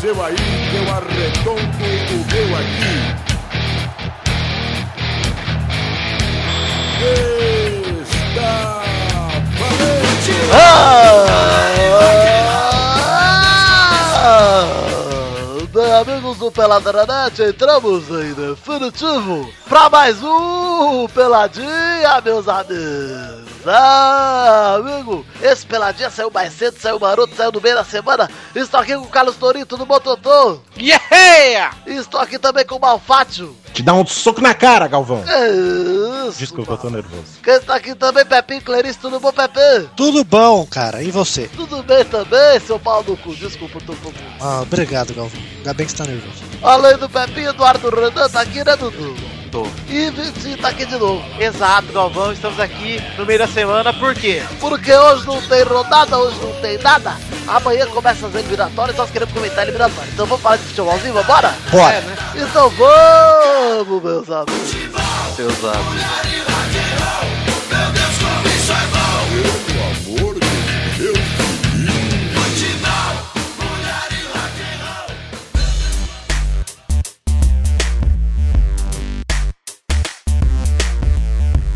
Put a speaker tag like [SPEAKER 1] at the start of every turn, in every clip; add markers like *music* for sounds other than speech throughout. [SPEAKER 1] seu aí, que eu arredondo o meu aqui. Está valente!
[SPEAKER 2] Bem, amigos do Peladranet, entramos em definitivo pra mais um Peladinha, meus amigos. Ah, amigo, esse Peladinha saiu mais cedo, saiu maroto, saiu no meio da semana. Estou aqui com o Carlos Torito do Mototô.
[SPEAKER 3] Yeah!
[SPEAKER 2] E Estou aqui também com o Malfátio.
[SPEAKER 4] Te dá um soco na cara, Galvão.
[SPEAKER 2] Que isso,
[SPEAKER 4] Desculpa, eu tô nervoso.
[SPEAKER 2] Quem está aqui também, Pepinho Clarice, tudo bom, Pepe?
[SPEAKER 5] Tudo bom, cara. E você?
[SPEAKER 2] Tudo bem também, seu pau no cu, desculpa, eu tô com...
[SPEAKER 5] Ah, obrigado, Galvão. Ainda bem que você tá nervoso.
[SPEAKER 2] Além do Pepinho, Eduardo Renan tá aqui, né, Dudu?
[SPEAKER 3] Tô.
[SPEAKER 2] E Vitinho tá aqui de novo.
[SPEAKER 3] Exato, Galvão, estamos aqui no meio da semana, por quê?
[SPEAKER 2] Porque hoje não tem rodada, hoje não tem nada. Amanhã começa as eliminatórias, nós queremos comentar a eliminatória. Então vamos falar de futebolzinho, vambora?
[SPEAKER 5] Bora.
[SPEAKER 3] É, né?
[SPEAKER 2] Então vamos, meus amigos.
[SPEAKER 3] Seus amigos.
[SPEAKER 1] Pelo amor de Deus!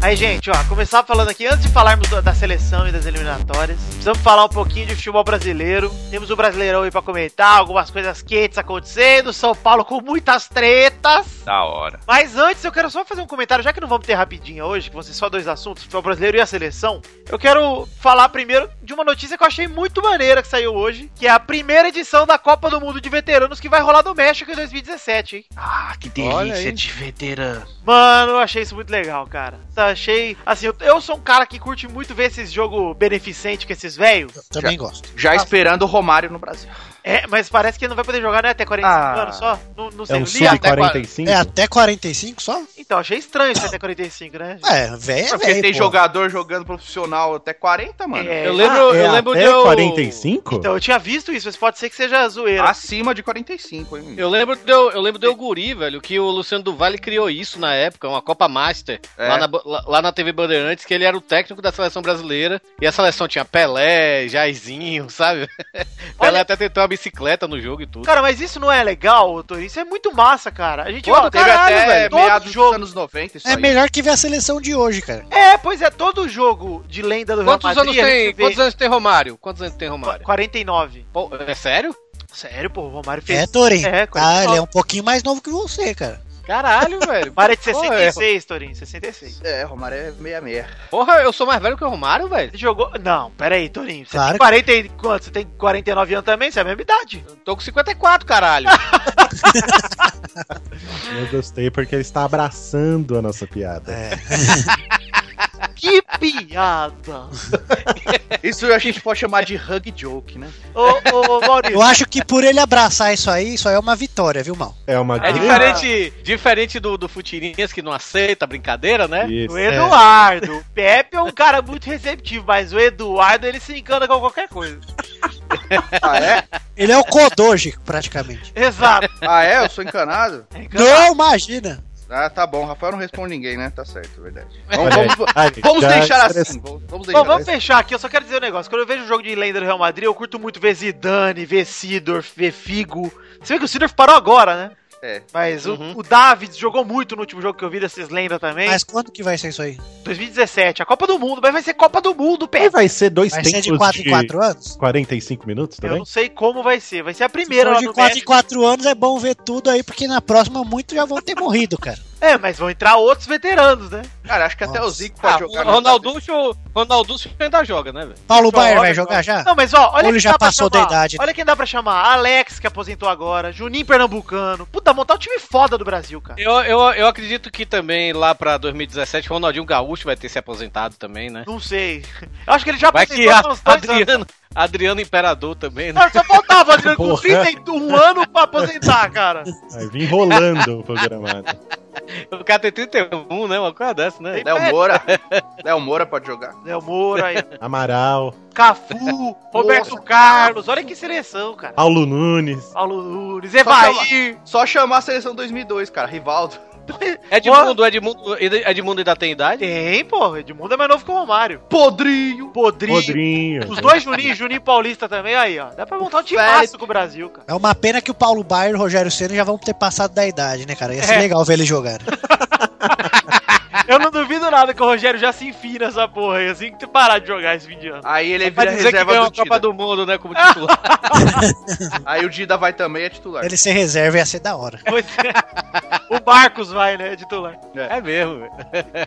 [SPEAKER 3] Aí, gente, ó, começar falando aqui, antes de falarmos da- da seleção e das eliminatórias, precisamos falar um pouquinho de futebol brasileiro. Temos o Brasileirão aí pra comentar, algumas coisas quentes acontecendo, São Paulo com muitas tretas.
[SPEAKER 6] Da hora.
[SPEAKER 3] Mas antes, eu quero só fazer um comentário, já que não vamos ter rapidinha hoje, que vão ser só dois assuntos, futebol brasileiro e a seleção. Eu quero falar primeiro de uma notícia que eu achei muito maneira que saiu hoje, que é a primeira edição da Copa do Mundo de Veteranos que vai rolar no México em 2017, hein?
[SPEAKER 6] Ah, que
[SPEAKER 5] Olha aí.
[SPEAKER 6] delícia de veterano.
[SPEAKER 3] Mano, eu achei isso muito legal, cara. Tá, Achei. Assim, eu, eu sou um cara que curte muito ver esses jogo beneficente com esses velhos.
[SPEAKER 5] Eu também gosto.
[SPEAKER 6] Já esperando o Romário no Brasil.
[SPEAKER 3] É, mas parece que ele não vai poder jogar, né? Até 45
[SPEAKER 6] Ah.
[SPEAKER 3] anos só. Não, não sei.
[SPEAKER 4] É um
[SPEAKER 3] eu li até 40.
[SPEAKER 4] sub-45?
[SPEAKER 5] É até 45 só?
[SPEAKER 3] Então, achei estranho isso até 45, né?
[SPEAKER 5] É, velho é
[SPEAKER 6] Porque
[SPEAKER 5] velho,
[SPEAKER 6] tem
[SPEAKER 5] pô.
[SPEAKER 6] jogador jogando profissional até 40, mano.
[SPEAKER 3] É,
[SPEAKER 7] Eu lembro,
[SPEAKER 4] É
[SPEAKER 7] eu lembro
[SPEAKER 4] até
[SPEAKER 7] de eu.
[SPEAKER 4] 45?
[SPEAKER 3] Então, eu tinha visto isso, mas pode ser que seja zoeira.
[SPEAKER 6] Acima de 45, hein?
[SPEAKER 7] Eu lembro de eu, eu lembro de eu guri, velho, que o Luciano do Vale criou isso na época, uma Copa Master,
[SPEAKER 6] É.
[SPEAKER 7] lá, na, bo- lá- lá na TV Bandeirantes, que ele era o técnico da seleção brasileira, e a seleção tinha Pelé, Jairzinho, sabe? *laughs* Pelé
[SPEAKER 3] Olha-
[SPEAKER 7] até tentou uma bicicleta no jogo e tudo.
[SPEAKER 3] Cara, mas isso não é legal, Tony? Isso é muito massa, cara. A gente
[SPEAKER 6] Pô,
[SPEAKER 3] ó,
[SPEAKER 6] teve
[SPEAKER 3] caralho,
[SPEAKER 6] até
[SPEAKER 3] velho, todo
[SPEAKER 6] meados
[SPEAKER 3] jogo.
[SPEAKER 6] dos anos 90 isso
[SPEAKER 5] É
[SPEAKER 6] aí.
[SPEAKER 5] melhor que ver a seleção de hoje, cara.
[SPEAKER 3] É, pois é, todo jogo de lenda do
[SPEAKER 7] Quantos
[SPEAKER 3] Real
[SPEAKER 7] anos
[SPEAKER 3] Madrid... a
[SPEAKER 7] tem?
[SPEAKER 3] gente vê-
[SPEAKER 7] Quantos anos tem Romário? Quantos anos tem Romário?
[SPEAKER 3] 49.
[SPEAKER 7] Pô, é sério?
[SPEAKER 3] Sério, pô, o Romário fez...
[SPEAKER 5] É, Torin.
[SPEAKER 3] É,
[SPEAKER 5] ah,
[SPEAKER 3] 49.
[SPEAKER 5] ele é um pouquinho mais novo que você, cara.
[SPEAKER 7] Caralho, *laughs* velho.
[SPEAKER 3] Romário é de
[SPEAKER 7] Pô,
[SPEAKER 3] 66, Torinho, 66.
[SPEAKER 6] É, Romário é 66.
[SPEAKER 7] Porra, eu sou mais velho que o Romário, velho.
[SPEAKER 3] Ele jogou... Não, peraí, Torinho. Você
[SPEAKER 5] Claro
[SPEAKER 3] tem
[SPEAKER 5] que-
[SPEAKER 3] 40 e quanto? Você tem 49 anos também? Você é a mesma idade.
[SPEAKER 7] Eu Tô com 54, caralho.
[SPEAKER 4] Eu gostei porque ele está abraçando a nossa piada.
[SPEAKER 5] É. *laughs*
[SPEAKER 3] Que piada.
[SPEAKER 6] Isso a gente pode chamar de hug joke, né?
[SPEAKER 3] ô, ô, Maurício.
[SPEAKER 5] Eu acho que por ele abraçar isso aí, isso aí é uma vitória, viu, mal?
[SPEAKER 4] É, uma
[SPEAKER 7] É
[SPEAKER 3] Ah.
[SPEAKER 4] grande...
[SPEAKER 7] *laughs* diferente, diferente do, do Futirinhas que não aceita brincadeira, né?
[SPEAKER 3] O
[SPEAKER 4] Isso. É.
[SPEAKER 5] É.
[SPEAKER 3] Eduardo. O Pepe é um cara muito receptivo, mas o Eduardo, ele se encana com qualquer coisa.
[SPEAKER 6] Ah, é?
[SPEAKER 5] Ele é o Kodoji, *laughs* praticamente. *laughs*
[SPEAKER 3] Exato.
[SPEAKER 6] *laughs* Ah, é? Eu sou encanado?
[SPEAKER 3] É encanado.
[SPEAKER 5] Não, imagina.
[SPEAKER 6] Ah, tá bom. Rafael não responde ninguém, né? Tá certo, verdade.
[SPEAKER 4] Olha
[SPEAKER 6] Vamos,
[SPEAKER 4] aí,
[SPEAKER 6] vamos-
[SPEAKER 4] olha aí,
[SPEAKER 6] vamos
[SPEAKER 4] já é
[SPEAKER 6] deixar
[SPEAKER 4] estressa-
[SPEAKER 6] assim. Vamos, vamos deixar
[SPEAKER 3] Bom, vamos fechar aqui. Eu só quero dizer um negócio. Quando eu vejo jogo de lenda do Real Madrid, eu curto muito ver Zidane, ver Sidorf, ver Figo. Você vê que o Sidorf parou agora, né?
[SPEAKER 6] É.
[SPEAKER 3] Mas o-
[SPEAKER 7] Uhum.
[SPEAKER 3] o, David jogou muito no último jogo que eu vi dessas lendas também.
[SPEAKER 5] Mas quando que vai ser isso aí?
[SPEAKER 3] 2017, a Copa do Mundo. Mas vai ser Copa do Mundo,
[SPEAKER 4] Aí
[SPEAKER 3] Pepe.
[SPEAKER 4] vai ser dois
[SPEAKER 5] Vai ser
[SPEAKER 4] tempos
[SPEAKER 5] de 4 em 4 anos?
[SPEAKER 4] 45 minutos tá
[SPEAKER 3] Eu
[SPEAKER 4] também?
[SPEAKER 3] não sei como vai ser. Vai ser a
[SPEAKER 5] Se
[SPEAKER 3] primeira
[SPEAKER 5] for
[SPEAKER 3] lá
[SPEAKER 5] de
[SPEAKER 3] no
[SPEAKER 5] 4 em
[SPEAKER 3] México.
[SPEAKER 5] 4 anos é bom ver tudo aí, porque na próxima muitos já vão ter morrido, cara.
[SPEAKER 3] É, mas vão entrar outros veteranos, né?
[SPEAKER 6] assim. Cara, acho que até o
[SPEAKER 5] Nossa.
[SPEAKER 6] Zico pode
[SPEAKER 7] Ah,
[SPEAKER 6] jogar.
[SPEAKER 7] o Ronaldinho, Ronaldinho ainda joga, né, velho?
[SPEAKER 5] Paulo
[SPEAKER 3] Joga,
[SPEAKER 5] Baier vai jogar
[SPEAKER 3] joga.
[SPEAKER 5] já?
[SPEAKER 3] Não, mas ó, olha
[SPEAKER 5] Ou ele
[SPEAKER 3] quem
[SPEAKER 5] já
[SPEAKER 3] dá pra
[SPEAKER 5] passou da
[SPEAKER 3] chamar.
[SPEAKER 5] idade, né?
[SPEAKER 3] Olha quem dá pra chamar. Alex, que aposentou agora. Juninho Pernambucano. Puta, montar um time foda do Brasil, cara.
[SPEAKER 7] Eu, eu, eu acredito que também lá pra 2017 o Ronaldinho Gaúcho vai ter se aposentado também, né?
[SPEAKER 3] Não sei. *laughs* Eu acho que ele já
[SPEAKER 7] Vai que a,
[SPEAKER 3] há uns dois anos.
[SPEAKER 7] Adriano, Adriano Imperador também, né? *laughs*
[SPEAKER 3] Cara, só faltava o Adriano com
[SPEAKER 4] Porra.
[SPEAKER 3] 31 anos pra aposentar, cara.
[SPEAKER 4] Aí vem enrolando o programado.
[SPEAKER 7] O cara tem 31, né? Uma coisa dessa, né?
[SPEAKER 3] Tem-
[SPEAKER 6] Léo Moura. Léo Moura pode jogar.
[SPEAKER 3] Léo Moura, aí,
[SPEAKER 4] Amaral,
[SPEAKER 3] Cafu, Roberto Carlos. Olha que seleção, cara.
[SPEAKER 4] Paulo Nunes.
[SPEAKER 3] Paulo Nunes,
[SPEAKER 6] Só
[SPEAKER 3] Evair.
[SPEAKER 6] Só chamar a seleção 2002, cara. Rivaldo.
[SPEAKER 7] Edmundo, Edmundo, Edmundo ainda tem idade?
[SPEAKER 3] Tem, pô. Edmundo é mais novo que o Romário.
[SPEAKER 6] Podrinho.
[SPEAKER 3] Podrinho.
[SPEAKER 4] Podrinho.
[SPEAKER 3] Os dois Juninho, Juninho e Paulista também, aí, ó. Dá pra montar um timaço com o Brasil, cara.
[SPEAKER 5] É uma pena que o Paulo Baier e o Rogério Senna já vão ter passado da idade, né, cara? Ia ser
[SPEAKER 3] É.
[SPEAKER 5] legal ver eles
[SPEAKER 7] *laughs*
[SPEAKER 5] jogarem.
[SPEAKER 3] Eu não duvido nada que o Rogério já se enfie nessa porra aí, assim que tu parar de jogar esse fim de ano.
[SPEAKER 6] Aí ele
[SPEAKER 7] Pra
[SPEAKER 6] vira
[SPEAKER 7] dizer que
[SPEAKER 6] reserva
[SPEAKER 7] ganhou
[SPEAKER 6] do
[SPEAKER 7] a Copa
[SPEAKER 6] Dida.
[SPEAKER 7] do Mundo, né? Como *laughs* titular.
[SPEAKER 6] Aí o Dida vai também, é titular.
[SPEAKER 5] Ele ser reserva ia ser da hora.
[SPEAKER 3] Pois é. o Marcos vai, né, titular.
[SPEAKER 7] é mesmo, velho.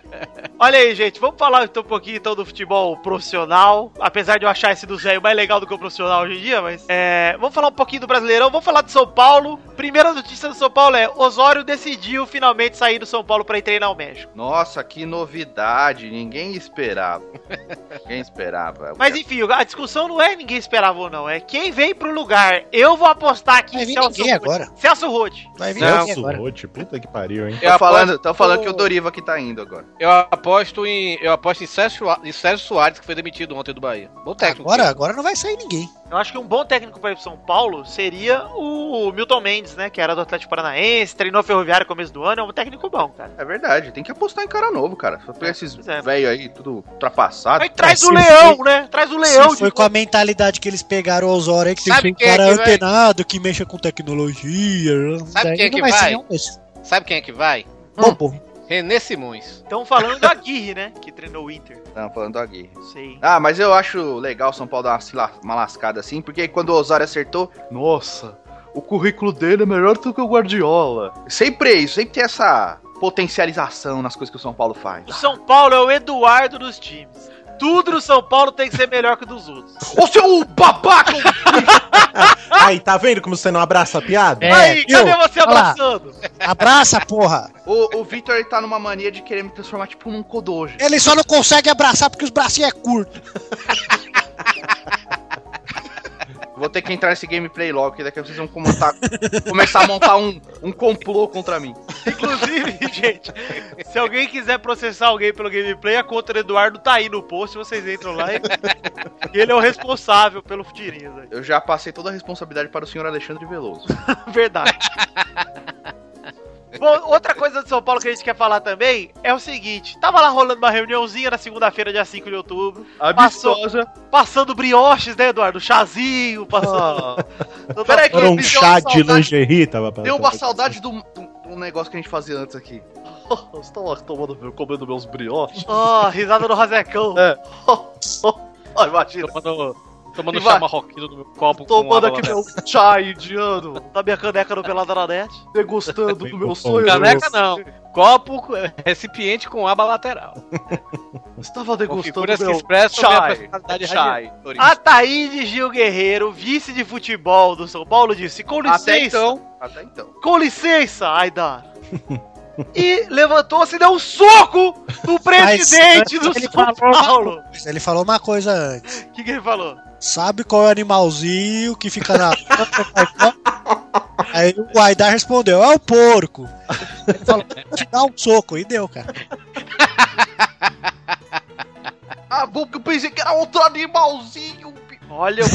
[SPEAKER 7] *laughs*
[SPEAKER 3] Olha aí, gente, vamos falar então um pouquinho então do futebol profissional. Apesar de eu achar esse do Zé mais legal do que o profissional hoje em dia, mas. É, vamos falar um pouquinho do Brasileirão, vamos falar de São Paulo. Primeira notícia do São Paulo é: Osório decidiu finalmente sair do São Paulo pra ir treinar o México.
[SPEAKER 6] Nossa, que novidade. Ninguém esperava. *laughs* Ninguém esperava.
[SPEAKER 3] Mas enfim, a discussão não é ninguém esperava ou não, é quem vem pro lugar. Eu vou apostar aqui
[SPEAKER 5] Vai
[SPEAKER 7] é
[SPEAKER 5] vir
[SPEAKER 3] Rode.
[SPEAKER 5] É, ninguém agora.
[SPEAKER 3] Celso Rotti.
[SPEAKER 5] Vai vir ninguém
[SPEAKER 4] Celso
[SPEAKER 5] agora.
[SPEAKER 4] Rotti, puta que pariu, hein?
[SPEAKER 6] Tô
[SPEAKER 7] Eu
[SPEAKER 6] falando, tô falando
[SPEAKER 7] o-
[SPEAKER 6] que o Doriva que tá indo agora.
[SPEAKER 7] Eu aposto em, eu aposto em Sérgio, Soa- em Sérgio Soares, que foi demitido ontem do Bahia. Bom técnico.
[SPEAKER 5] Agora, agora não vai sair ninguém.
[SPEAKER 3] Eu acho que um bom técnico pra ir pro São Paulo seria o Milton Mendes, né? Que era do Atlético Paranaense, treinou Ferroviário no começo do ano, é um técnico bom, cara.
[SPEAKER 6] É verdade, tem que apostar em cara novo, cara. Só pegar esses
[SPEAKER 3] Pois é.
[SPEAKER 6] velhos velho aí, tudo ultrapassado.
[SPEAKER 3] Aí traz
[SPEAKER 5] se
[SPEAKER 3] o
[SPEAKER 5] foi-
[SPEAKER 3] leão, né? Traz o leão
[SPEAKER 5] Se foi
[SPEAKER 3] de
[SPEAKER 5] com a mentalidade que eles pegaram o Osório aí, que tem que
[SPEAKER 7] Sabe
[SPEAKER 5] ser um
[SPEAKER 7] quem é
[SPEAKER 5] cara
[SPEAKER 7] que vai?
[SPEAKER 5] antenado, que mexa com tecnologia.
[SPEAKER 7] Sabe
[SPEAKER 5] daí
[SPEAKER 7] quem é
[SPEAKER 5] não
[SPEAKER 7] que
[SPEAKER 5] vai
[SPEAKER 7] vai?
[SPEAKER 5] ser nenhum desses.
[SPEAKER 7] Sabe quem é que vai?
[SPEAKER 5] Bobo.
[SPEAKER 7] René Simões.
[SPEAKER 3] Estão falando da Aguirre, né? Que treinou o Inter.
[SPEAKER 6] Não, tá falando do Aguirre.
[SPEAKER 3] Não sei.
[SPEAKER 6] Ah, mas eu acho legal o São Paulo dar uma, se la- uma lascada assim, porque quando o Osório acertou, nossa, o currículo dele é melhor do que o Guardiola. Sempre é isso, sempre tem essa potencialização nas coisas que o São Paulo faz.
[SPEAKER 3] O São
[SPEAKER 5] Ah.
[SPEAKER 3] Paulo é o Eduardo dos times. Tudo no São Paulo tem que ser melhor que o dos outros.
[SPEAKER 6] Ô seu babaca!
[SPEAKER 4] Aí, tá vendo como você não abraça a piada?
[SPEAKER 5] É,
[SPEAKER 3] Aí,
[SPEAKER 5] viu?
[SPEAKER 3] cadê você
[SPEAKER 5] Olha lá.
[SPEAKER 3] abraçando?
[SPEAKER 5] Abraça, porra!
[SPEAKER 6] o o Vitor ele tá numa mania de querer me transformar tipo num codojo.
[SPEAKER 5] Ele só não consegue abraçar porque os bracinhos é curto.
[SPEAKER 6] Vou ter que entrar nesse gameplay logo, porque daqui a vocês vão comentar- começar a montar um, um complô contra mim.
[SPEAKER 3] Inclusive, *laughs* gente, se alguém quiser processar alguém pelo gameplay, a conta do Eduardo tá aí no post, vocês entram lá e, e *laughs* ele é o responsável pelo tirinhas aí.
[SPEAKER 6] Eu já passei toda a responsabilidade para o senhor Alexandre Veloso.
[SPEAKER 3] Verdade. Bom, outra coisa do São Paulo que a gente quer falar também é o seguinte: tava lá rolando uma reuniãozinha na segunda-feira, dia 5 de outubro.
[SPEAKER 6] Amistosa.
[SPEAKER 3] Passando brioches, né, Eduardo? Chazinho, passando.
[SPEAKER 6] Peraí,
[SPEAKER 4] Era um
[SPEAKER 6] me deu
[SPEAKER 4] chá
[SPEAKER 6] uma
[SPEAKER 4] de
[SPEAKER 6] saudade.
[SPEAKER 4] lingerie, tava pra-
[SPEAKER 6] Deu
[SPEAKER 4] tava-
[SPEAKER 6] uma saudade do, do- do negócio que a gente fazia antes aqui. Estou Tá, lá tomando meu, comendo meus brioches.
[SPEAKER 3] Ó, risada do Razecão.
[SPEAKER 6] É.
[SPEAKER 3] *laughs*
[SPEAKER 6] Ó, imagina,
[SPEAKER 7] Tomando, tomando
[SPEAKER 6] Vai.
[SPEAKER 7] chá marroquino no meu copo
[SPEAKER 6] tomando
[SPEAKER 7] água
[SPEAKER 6] aqui
[SPEAKER 7] lá
[SPEAKER 6] meu chá indiano,
[SPEAKER 3] Da minha caneca no Pelada na Net.
[SPEAKER 6] degustando do meu sonho.
[SPEAKER 7] dentro. Caneca não. Copo, é, *laughs* recipiente com aba lateral.
[SPEAKER 6] Estava
[SPEAKER 7] Com
[SPEAKER 6] degustando
[SPEAKER 7] figuras que
[SPEAKER 6] meu
[SPEAKER 7] expressam minha
[SPEAKER 6] chai.
[SPEAKER 7] personalidade radiante.
[SPEAKER 6] Chai.
[SPEAKER 3] Ataíde Gil Guerreiro, vice de futebol do São Paulo, disse: com licença,
[SPEAKER 6] Até então. Até então.
[SPEAKER 3] com licença, Aidar. E levantou-se e deu um soco no presidente
[SPEAKER 5] antes
[SPEAKER 3] do
[SPEAKER 5] ele
[SPEAKER 3] São
[SPEAKER 5] falou-
[SPEAKER 3] *laughs* Paulo.
[SPEAKER 5] Ele falou uma coisa antes.
[SPEAKER 3] O que, que ele falou?
[SPEAKER 5] Sabe qual é o animalzinho que fica na. *laughs* Aí o Aidar respondeu: é o porco. Ele falou: te dá um soco. E deu, cara.
[SPEAKER 6] Ah, bom, porque eu pensei que era outro animalzinho.
[SPEAKER 3] Olha,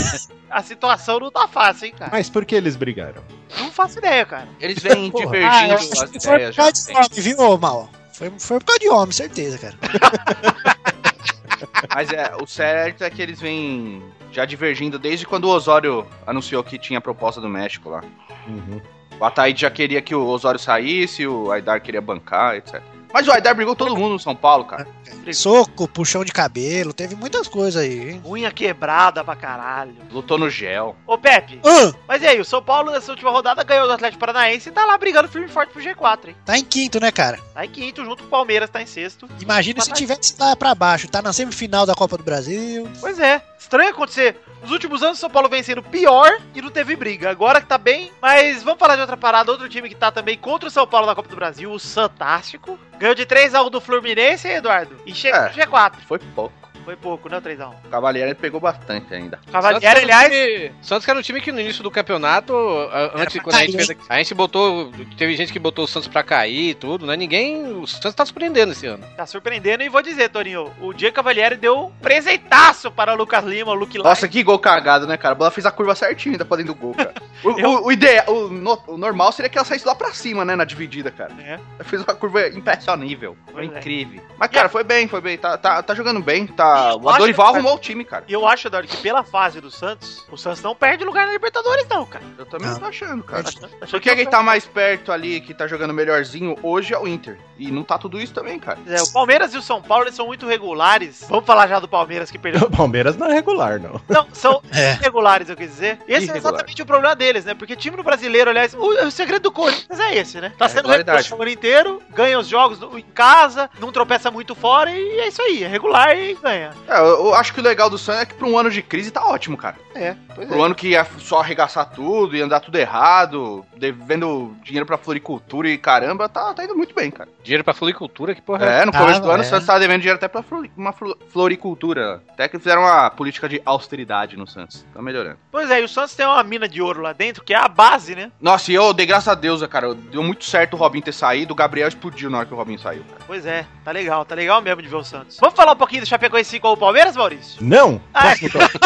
[SPEAKER 3] a situação não tá fácil, hein, cara.
[SPEAKER 4] Mas por que eles brigaram?
[SPEAKER 3] Não faço ideia, cara.
[SPEAKER 6] Eles vêm
[SPEAKER 5] Ah, eu acho que foi por causa de homem, viu, ô, Mal? Foi, foi por causa de homem, certeza, cara.
[SPEAKER 6] Mas é, o certo é que eles vêm já divergindo desde quando o Osório anunciou que tinha a proposta do México lá. O Ataíde já queria que o Osório saísse, o Aidar queria bancar, etc. Mas o Aidar brigou todo mundo no São Paulo, cara.
[SPEAKER 5] Soco, puxão de cabelo, teve muitas coisas aí, hein?
[SPEAKER 3] Unha quebrada pra caralho.
[SPEAKER 6] Lutou no gel.
[SPEAKER 3] Ô, Pepe,
[SPEAKER 5] Ah,
[SPEAKER 3] mas e aí? O São Paulo nessa última rodada ganhou do Atlético Paranaense e tá lá brigando firme e forte pro G4, hein?
[SPEAKER 5] tá em quinto, né, cara?
[SPEAKER 3] Tá em quinto, junto com o Palmeiras, tá em sexto.
[SPEAKER 5] Imagina se tivesse lá pra baixo, tá na semifinal da Copa do Brasil.
[SPEAKER 3] Pois é, estranho acontecer. Nos últimos anos, o São Paulo vem sendo pior e não teve briga. Agora que tá bem, mas vamos falar de outra parada. Outro time que tá também contra o São Paulo na Copa do Brasil, um o Santástico. Ganhou de 3 a 1 do Fluminense, hein, Eduardo? E chega
[SPEAKER 6] É.
[SPEAKER 3] no G4.
[SPEAKER 6] Foi pouco.
[SPEAKER 3] Foi pouco, né, 3x1?
[SPEAKER 6] O Cavalieri pegou bastante ainda.
[SPEAKER 7] Santos
[SPEAKER 3] Cavalieri,
[SPEAKER 7] era um
[SPEAKER 3] aliás,
[SPEAKER 7] time- Santos que era um time que no início do campeonato, a- antes quando a gente fez, a gente botou, teve gente que botou o Santos pra cair e tudo, né? Ninguém, o Santos tá surpreendendo esse ano.
[SPEAKER 3] tá surpreendendo. E vou dizer, Torinho, o Diego Cavalieri deu um presentaço para o Lucas Lima, o Luke Lai.
[SPEAKER 6] Nossa, que gol cagado, né, cara? A bola fez a curva certinha ainda pra dentro do gol,
[SPEAKER 3] *laughs*
[SPEAKER 6] cara. O, o, o ideal, o, no- o normal seria que ela saísse lá pra cima, né, na dividida, cara.
[SPEAKER 3] É.
[SPEAKER 6] Ela fez uma curva impressionível. Foi
[SPEAKER 3] Pois é.
[SPEAKER 6] incrível. Mas, cara, foi bem, foi bem. Tá, tá, tá jogando bem. Tá... O
[SPEAKER 3] acho,
[SPEAKER 6] Dorival
[SPEAKER 3] cara-
[SPEAKER 6] arrumou o time, cara.
[SPEAKER 3] E eu acho, Eduardo, que pela fase do Santos, o Santos não perde lugar na Libertadores, não, cara.
[SPEAKER 6] Eu também
[SPEAKER 5] Ah.
[SPEAKER 6] tô achando, cara.
[SPEAKER 3] Achei
[SPEAKER 6] Porque
[SPEAKER 3] que
[SPEAKER 6] quem tá mais perto ali, que tá jogando melhorzinho hoje é o Inter. E não tá tudo isso também, cara.
[SPEAKER 3] É, o Palmeiras e o São Paulo eles são muito regulares. Vamos falar já do Palmeiras que perdeu.
[SPEAKER 4] O *laughs* Palmeiras não é regular, não.
[SPEAKER 3] Não, são
[SPEAKER 5] É.
[SPEAKER 3] irregulares, eu quis dizer. E esse é
[SPEAKER 6] Irregular.
[SPEAKER 3] exatamente o problema deles, né? Porque time do brasileiro, aliás, o, o segredo do Corinthians é esse, né? Tá
[SPEAKER 6] É
[SPEAKER 3] sendo
[SPEAKER 6] regularidade.
[SPEAKER 3] regular o ano inteiro, ganha os jogos do- em casa, não tropeça muito fora e é isso aí, é regular e ganha.
[SPEAKER 6] É, eu, eu acho que o legal do Santos é que pra um ano de crise tá ótimo, cara.
[SPEAKER 3] É, pois
[SPEAKER 6] Pro ano que ia só arregaçar tudo, ia andar tudo errado, devendo dinheiro pra floricultura e caramba, tá, tá indo muito bem, cara.
[SPEAKER 7] Dinheiro pra floricultura, que porra é?
[SPEAKER 6] É, no começo do
[SPEAKER 5] Ah,
[SPEAKER 6] ano
[SPEAKER 5] é.
[SPEAKER 6] o Santos tava devendo dinheiro até pra flori- uma flo- floricultura. Até que fizeram uma política de austeridade no Santos. Tá melhorando.
[SPEAKER 3] Pois é, e o Santos tem uma mina de ouro lá dentro, que é a base, né?
[SPEAKER 6] Nossa, e eu dei graças a Deus, cara. Deu muito certo o Robinho ter saído, o Gabriel explodiu na hora que o Robinho saiu, cara.
[SPEAKER 3] Pois é, tá legal, tá legal mesmo de ver o Santos. Vamos falar um pouquinho do Chapecoense com o Palmeiras, Maurício?
[SPEAKER 4] Não!
[SPEAKER 3] Ah,
[SPEAKER 4] Próximo tópico.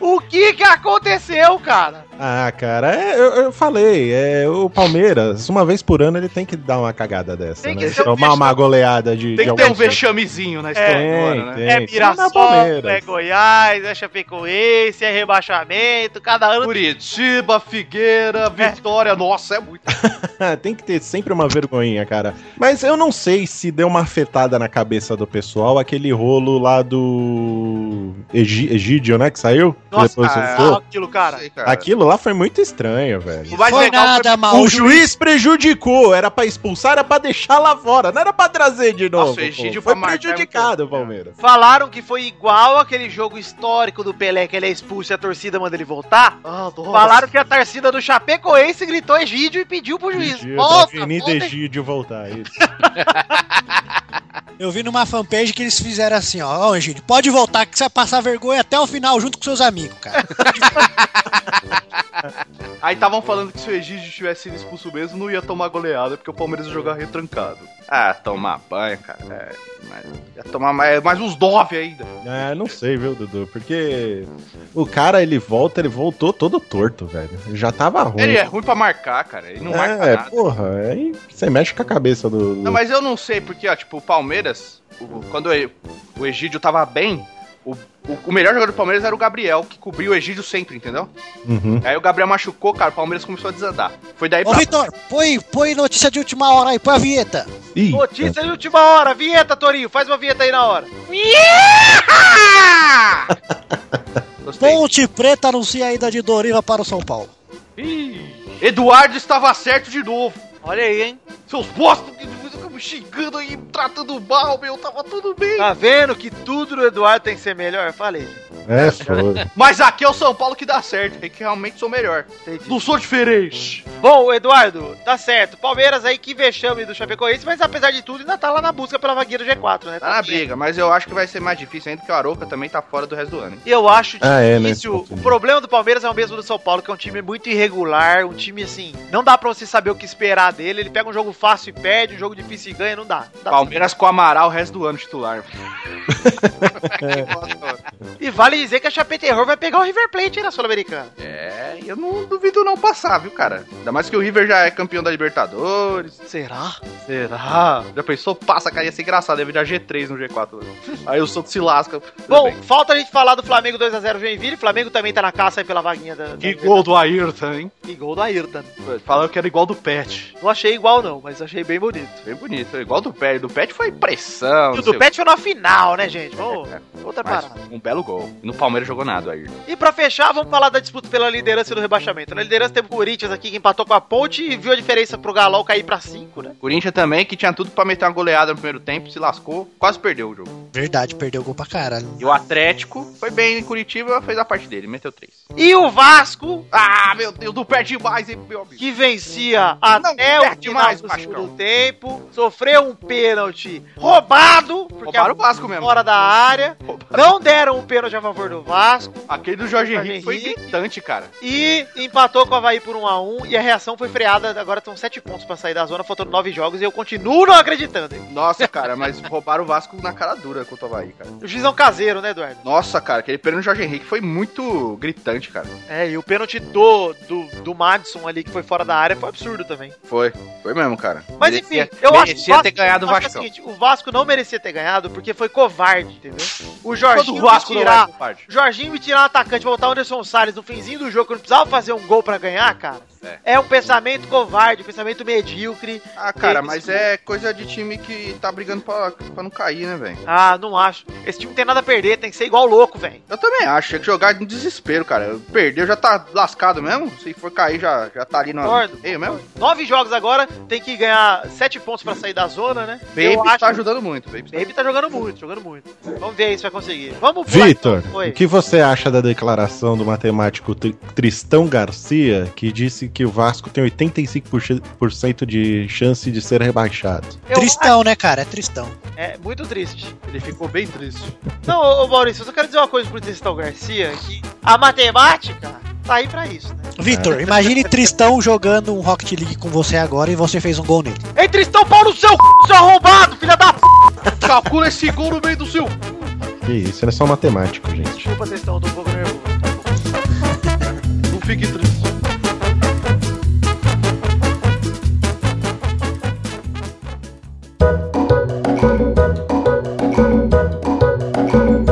[SPEAKER 3] O que que aconteceu, cara?
[SPEAKER 4] Ah, cara, é, eu, eu falei, é, o Palmeiras, uma vez por ano, ele tem que dar uma cagada dessa,
[SPEAKER 3] Tem que
[SPEAKER 4] né?
[SPEAKER 3] ser um
[SPEAKER 4] Tomar
[SPEAKER 3] vexame.
[SPEAKER 4] uma goleada de.
[SPEAKER 6] Tem
[SPEAKER 4] de
[SPEAKER 6] que ter um
[SPEAKER 4] algum time.
[SPEAKER 6] vexamezinho na
[SPEAKER 3] É,
[SPEAKER 6] história do
[SPEAKER 4] Tem,
[SPEAKER 6] ano, né?
[SPEAKER 4] tem.
[SPEAKER 3] É
[SPEAKER 4] Mas é
[SPEAKER 3] Mirassol,
[SPEAKER 4] Palmeiras.
[SPEAKER 3] é Goiás, é Chapecoense, é rebaixamento, cada ano
[SPEAKER 6] Curitiba, Figueira, Vitória, nossa, é muito.
[SPEAKER 4] *laughs* Tem que ter sempre uma vergonhinha, cara. Mas eu não sei se deu uma afetada na cabeça do pessoal aquele rolo lá do. Egi- Egídio, né? Que saiu?
[SPEAKER 3] Nossa,
[SPEAKER 4] Depois do
[SPEAKER 6] cara,
[SPEAKER 4] gol.
[SPEAKER 3] Ah, aquilo, cara.
[SPEAKER 6] Sei,
[SPEAKER 4] Aquilo lá foi muito estranho, velho.
[SPEAKER 6] O mais
[SPEAKER 5] Foi
[SPEAKER 6] legal
[SPEAKER 5] nada, mal.
[SPEAKER 4] O juiz prejudicou, era pra expulsar, era pra deixar lá fora, não era pra trazer de novo.
[SPEAKER 6] Nossa, o Egídio
[SPEAKER 4] pô. foi
[SPEAKER 6] pra marcar é
[SPEAKER 4] prejudicado,
[SPEAKER 6] muito-
[SPEAKER 4] Palmeiras.
[SPEAKER 3] Falaram que foi igual aquele jogo histórico do Pelé, que ele é expulso e a torcida manda ele voltar. Falaram que a torcida do Chapecoense gritou Egídio e pediu pro juiz.
[SPEAKER 4] Egídio,
[SPEAKER 3] Volta,
[SPEAKER 4] pra Avenida
[SPEAKER 3] volta,
[SPEAKER 4] tá Egídio voltar, isso. *laughs*
[SPEAKER 5] Eu vi numa fanpage que eles fizeram assim, ó, ó, Egídio, pode voltar que você vai passar vergonha até o final junto com seus amigos, cara.
[SPEAKER 6] Aí estavam falando que se o Egídio tivesse sido expulso mesmo, não ia tomar goleada, porque o Palmeiras ia jogar retrancado. Ah, tomar banho, cara. É, mas ia tomar mais, mais uns nove ainda.
[SPEAKER 4] Ah, não sei, viu, Dudu? Porque o cara, ele volta, ele voltou todo torto, velho. Ele já tava ruim.
[SPEAKER 6] Ele é ruim pra marcar, cara. Ele não marca
[SPEAKER 4] é,
[SPEAKER 6] nada.
[SPEAKER 4] porra, aí você mexe com a cabeça do.
[SPEAKER 6] Não, mas eu não sei, porque, ó, tipo, o Palmeiras, o- quando e- o Egídio tava bem, o, o- o melhor jogador do Palmeiras era o Gabriel, que cobriu o Egídio sempre, entendeu?
[SPEAKER 4] Uhum.
[SPEAKER 6] Aí o Gabriel machucou, cara, o Palmeiras começou a desandar. Foi daí
[SPEAKER 5] Ô,
[SPEAKER 6] pra.
[SPEAKER 5] Vitor, põe, põe notícia de última hora aí, põe a vinheta.
[SPEAKER 4] Ih,
[SPEAKER 3] Notícia de última hora, vinheta, Torinho, faz uma vinheta aí na hora.
[SPEAKER 6] Gostei.
[SPEAKER 5] Ponte Preta anuncia a ida de Doriva para o São Paulo.
[SPEAKER 6] Eduardo estava certo de novo.
[SPEAKER 3] Olha aí, hein?
[SPEAKER 6] Seus bosta que ficam me xingando aí, me tratando mal, meu, tava tudo bem.
[SPEAKER 3] Tá vendo que tudo do Eduardo tem que ser melhor? Falei.
[SPEAKER 6] *laughs*
[SPEAKER 4] é foda.
[SPEAKER 6] Mas aqui é o São Paulo que dá certo, é que realmente sou melhor.
[SPEAKER 3] Entendi.
[SPEAKER 6] Não sou diferente.
[SPEAKER 3] Bom, Eduardo, tá certo. Palmeiras aí que vexame do Chapecoense, mas apesar de tudo ainda tá lá na busca pela vagueira G4, né?
[SPEAKER 6] Tá na briga, mas eu acho que vai ser mais difícil ainda, porque o Aroca também tá fora do resto do ano. hein?
[SPEAKER 3] Eu acho
[SPEAKER 4] Ah, é, né?
[SPEAKER 3] difícil. O problema do Palmeiras é o mesmo do São Paulo, que é um time muito irregular, um time assim, não dá pra você saber o que esperar dele. Ele pega um jogo fácil e perde, um jogo difícil e ganha, não dá. Não dá.
[SPEAKER 6] Palmeiras com o Amaral o resto do ano titular.
[SPEAKER 3] E vale dizer que a Chape Terror vai pegar o River Plate aí na Sul-Americana.
[SPEAKER 6] É, eu não duvido não passar, viu, cara? Ainda mais que o River já é campeão da Libertadores.
[SPEAKER 3] Será?
[SPEAKER 6] Será? Já pensou? Passa, cara, ia ser engraçado, ia virar G3 no G4. Aí o Santos se lasca. Tudo
[SPEAKER 3] Bom,
[SPEAKER 6] bem.
[SPEAKER 3] falta a gente falar do Flamengo 2x0 Joinville. O Flamengo também tá na caça aí pela vaguinha da.
[SPEAKER 6] que
[SPEAKER 3] da-
[SPEAKER 6] gol do Ayrton, hein?
[SPEAKER 3] Que gol do Ayrton.
[SPEAKER 6] Falaram que era igual do Pet.
[SPEAKER 3] Não achei igual, não, mas achei bem bonito.
[SPEAKER 6] Bem bonito, igual do Pet. Do Pet foi pressão.
[SPEAKER 3] E o
[SPEAKER 6] não
[SPEAKER 3] do
[SPEAKER 6] sei
[SPEAKER 3] Pet tá foi na final, né, gente? Vamos,
[SPEAKER 6] É,
[SPEAKER 3] outra
[SPEAKER 6] Mas
[SPEAKER 3] parada.
[SPEAKER 6] um belo gol. No Palmeiras jogou nada aí.
[SPEAKER 3] E pra fechar, vamos falar da disputa pela liderança e do rebaixamento. Na liderança teve o Corinthians aqui que empatou com a Ponte e viu a diferença pro Galol cair pra 5, né?
[SPEAKER 6] Corinthians também, que tinha tudo pra meter uma goleada no primeiro tempo, se lascou, quase perdeu o jogo.
[SPEAKER 5] Verdade, perdeu o gol pra caralho.
[SPEAKER 6] E o Atlético foi bem em Curitiba, fez a parte dele, meteu três.
[SPEAKER 3] E o Vasco,
[SPEAKER 6] Ah, meu Deus, não perde mais, hein, meu amigo.
[SPEAKER 3] que vencia
[SPEAKER 6] Não
[SPEAKER 3] até o
[SPEAKER 6] perde
[SPEAKER 3] final
[SPEAKER 6] mais,
[SPEAKER 3] do
[SPEAKER 6] Vascão.
[SPEAKER 3] segundo tempo, sofreu um pênalti roubado, porque é
[SPEAKER 6] Roubaram o Vasco mesmo.
[SPEAKER 3] fora da área, não deram um pênalti a favor do Vasco,
[SPEAKER 6] Aquele do Jorge
[SPEAKER 3] Jorge
[SPEAKER 6] Henrique foi
[SPEAKER 3] Henrique.
[SPEAKER 6] gritante, cara.
[SPEAKER 3] E empatou com o Havaí por 1 a 1 e a reação foi freada. Agora estão 7 pontos pra sair da zona, faltando 9 jogos e eu continuo não acreditando. hein?
[SPEAKER 6] Nossa, cara, mas roubaram o Vasco na cara dura contra o Havaí, cara.
[SPEAKER 3] O juizão caseiro, né, Eduardo?
[SPEAKER 6] Nossa, cara, aquele pênalti do Jorge Henrique foi muito gritante, cara.
[SPEAKER 3] É, e o pênalti do, do, do Madison ali, que foi fora da área, foi absurdo também.
[SPEAKER 6] Foi, foi mesmo, cara.
[SPEAKER 3] Mas
[SPEAKER 7] Merecia-
[SPEAKER 3] enfim, eu acho
[SPEAKER 7] merecia ter ganhado o
[SPEAKER 3] eu acho
[SPEAKER 7] Vascão.
[SPEAKER 3] é seguinte, o Vasco não merecia ter ganhado porque foi covarde, entendeu? O
[SPEAKER 6] Quando o
[SPEAKER 3] Jorginho
[SPEAKER 6] Vasco
[SPEAKER 3] me tirar,
[SPEAKER 6] não é vai, parte.
[SPEAKER 3] o Jorginho me tirar um atacante, voltar o Anderson Salles no finzinho do jogo, que eu não precisava fazer um gol pra ganhar, cara. É, um pensamento covarde, um pensamento medíocre.
[SPEAKER 6] Ah, cara,
[SPEAKER 3] Eles-
[SPEAKER 6] mas é coisa de time que tá brigando pra, pra não cair, né, velho?
[SPEAKER 3] Ah, não acho. Esse time não tem nada a perder, tem que ser igual louco, velho.
[SPEAKER 6] Eu também acho, tinha que jogar no desespero, cara. Perdeu, já tá lascado mesmo. Se for cair, já, já tá ali no
[SPEAKER 3] Concordo.
[SPEAKER 6] meio mesmo.
[SPEAKER 3] Nove jogos agora, tem que ganhar sete pontos pra sair da zona, né?
[SPEAKER 6] Baby
[SPEAKER 3] Eu acho-
[SPEAKER 6] tá ajudando muito, Baby.
[SPEAKER 3] Baby tá jogando muito, jogando muito. Vamos ver aí se vai conseguir. Vamos pular,
[SPEAKER 4] Hum. Vitor,
[SPEAKER 3] então. Oi.
[SPEAKER 4] o que você acha da declaração do matemático Tri- Tristão Garcia, que disse que o Vasco tem 85% de chance de ser rebaixado?
[SPEAKER 3] Eu
[SPEAKER 5] Tristão, né, cara? É tristão.
[SPEAKER 3] acho- É muito triste.
[SPEAKER 6] Ele ficou bem triste.
[SPEAKER 3] Não, ô, ô, Maurício, eu só quero dizer uma coisa pro Tristão Garcia, que a matemática tá aí pra isso, né?
[SPEAKER 5] Vitor, imagine Tristão jogando um Rocket League com você agora e você fez um gol nele.
[SPEAKER 3] Ei, Tristão, pau no seu c, seu arrombado, filha da p...
[SPEAKER 6] Calcula esse gol no meio do seu.
[SPEAKER 4] Que isso, ele é só matemático, gente.
[SPEAKER 3] Desculpa, Tristão, eu tô um pouco nervoso.
[SPEAKER 6] Não fique triste.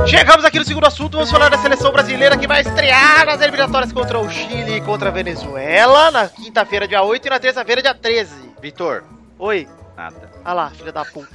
[SPEAKER 3] Chegamos aqui no segundo assunto, vamos falar da seleção brasileira que vai estrear nas eliminatórias contra o Chile e contra a Venezuela na quinta-feira, dia 8 e na terça-feira, dia 13.
[SPEAKER 6] Vitor,
[SPEAKER 3] Oi,
[SPEAKER 6] nada.
[SPEAKER 3] ah lá, filha da puta.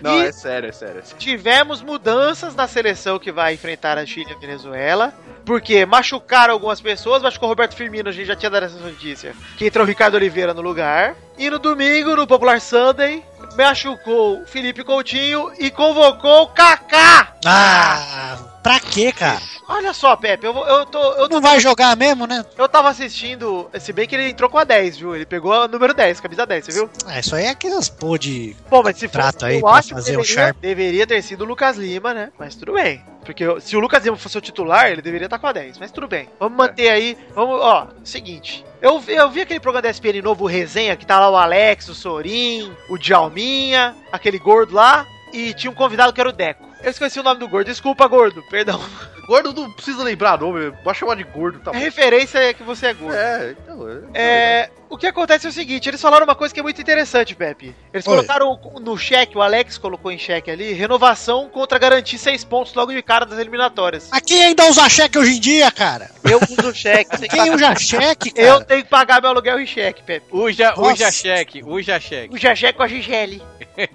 [SPEAKER 6] Não,
[SPEAKER 3] E-
[SPEAKER 6] é sério, é sério. é sério.
[SPEAKER 3] Tivemos mudanças na seleção que vai enfrentar a Chile e a Venezuela, porque machucaram algumas pessoas, machucou o Roberto Firmino, a gente já tinha dado essa notícia, que entrou o Ricardo Oliveira no lugar. E no domingo, no Popular Sunday, machucou o Felipe Coutinho e convocou o Kaká.
[SPEAKER 5] Ah, pra quê, cara?
[SPEAKER 3] Olha só, Pepe, eu, vou- eu tô, eu tô
[SPEAKER 5] Não vai jogar mesmo, né?
[SPEAKER 3] Eu tava assistindo, se bem que ele entrou com a 10, viu? Ele pegou a número 10, camisa 10, você viu?
[SPEAKER 5] Ah, isso aí é aquelas pô de.
[SPEAKER 3] Bom, mas se
[SPEAKER 5] Contrato aí
[SPEAKER 3] eu
[SPEAKER 5] pra
[SPEAKER 3] acho que
[SPEAKER 5] fazer o
[SPEAKER 3] deveria,
[SPEAKER 5] Sharp.
[SPEAKER 3] deveria ter sido o Lucas Lima, né? Mas tudo bem. Porque eu- se o Lucas Lima fosse o titular, ele deveria estar com a 10, mas tudo bem. Vamos manter aí, vamos, ó, seguinte. Eu, vi- eu vi aquele programa da SPN novo, o Resenha, que tá lá o Alex, o Sorin, o Djalminha, aquele gordo lá, e tinha um convidado que era o Deco. Eu esqueci o nome do gordo, desculpa, gordo, perdão.
[SPEAKER 6] Gordo não precisa lembrar nome, pode chamar de gordo, tá
[SPEAKER 3] A
[SPEAKER 6] bom.
[SPEAKER 3] referência é que você é gordo.
[SPEAKER 6] É, então. é-
[SPEAKER 3] É, o que acontece é o seguinte, eles falaram uma coisa que é muito interessante, Pepe. Eles
[SPEAKER 5] Oi.
[SPEAKER 3] colocaram no cheque, o Alex colocou em cheque ali, renovação contra garantir seis pontos logo de cara das eliminatórias.
[SPEAKER 5] Aqui ainda usa cheque hoje em dia, cara.
[SPEAKER 3] Eu uso cheque, tem que
[SPEAKER 5] Quem
[SPEAKER 3] pagar-
[SPEAKER 5] usa cheque, cara?
[SPEAKER 3] eu tenho que pagar meu aluguel em cheque, Pepe.
[SPEAKER 7] Uja,
[SPEAKER 5] Nossa.
[SPEAKER 7] uja cheque, uja cheque.
[SPEAKER 3] O Jajé com a Gigeli.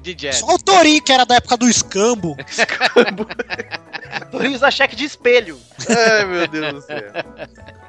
[SPEAKER 7] De jazz.
[SPEAKER 5] Só o Torinho, que era da época do escambo.
[SPEAKER 3] Ele usa cheque de espelho.
[SPEAKER 6] Ai, meu Deus do céu.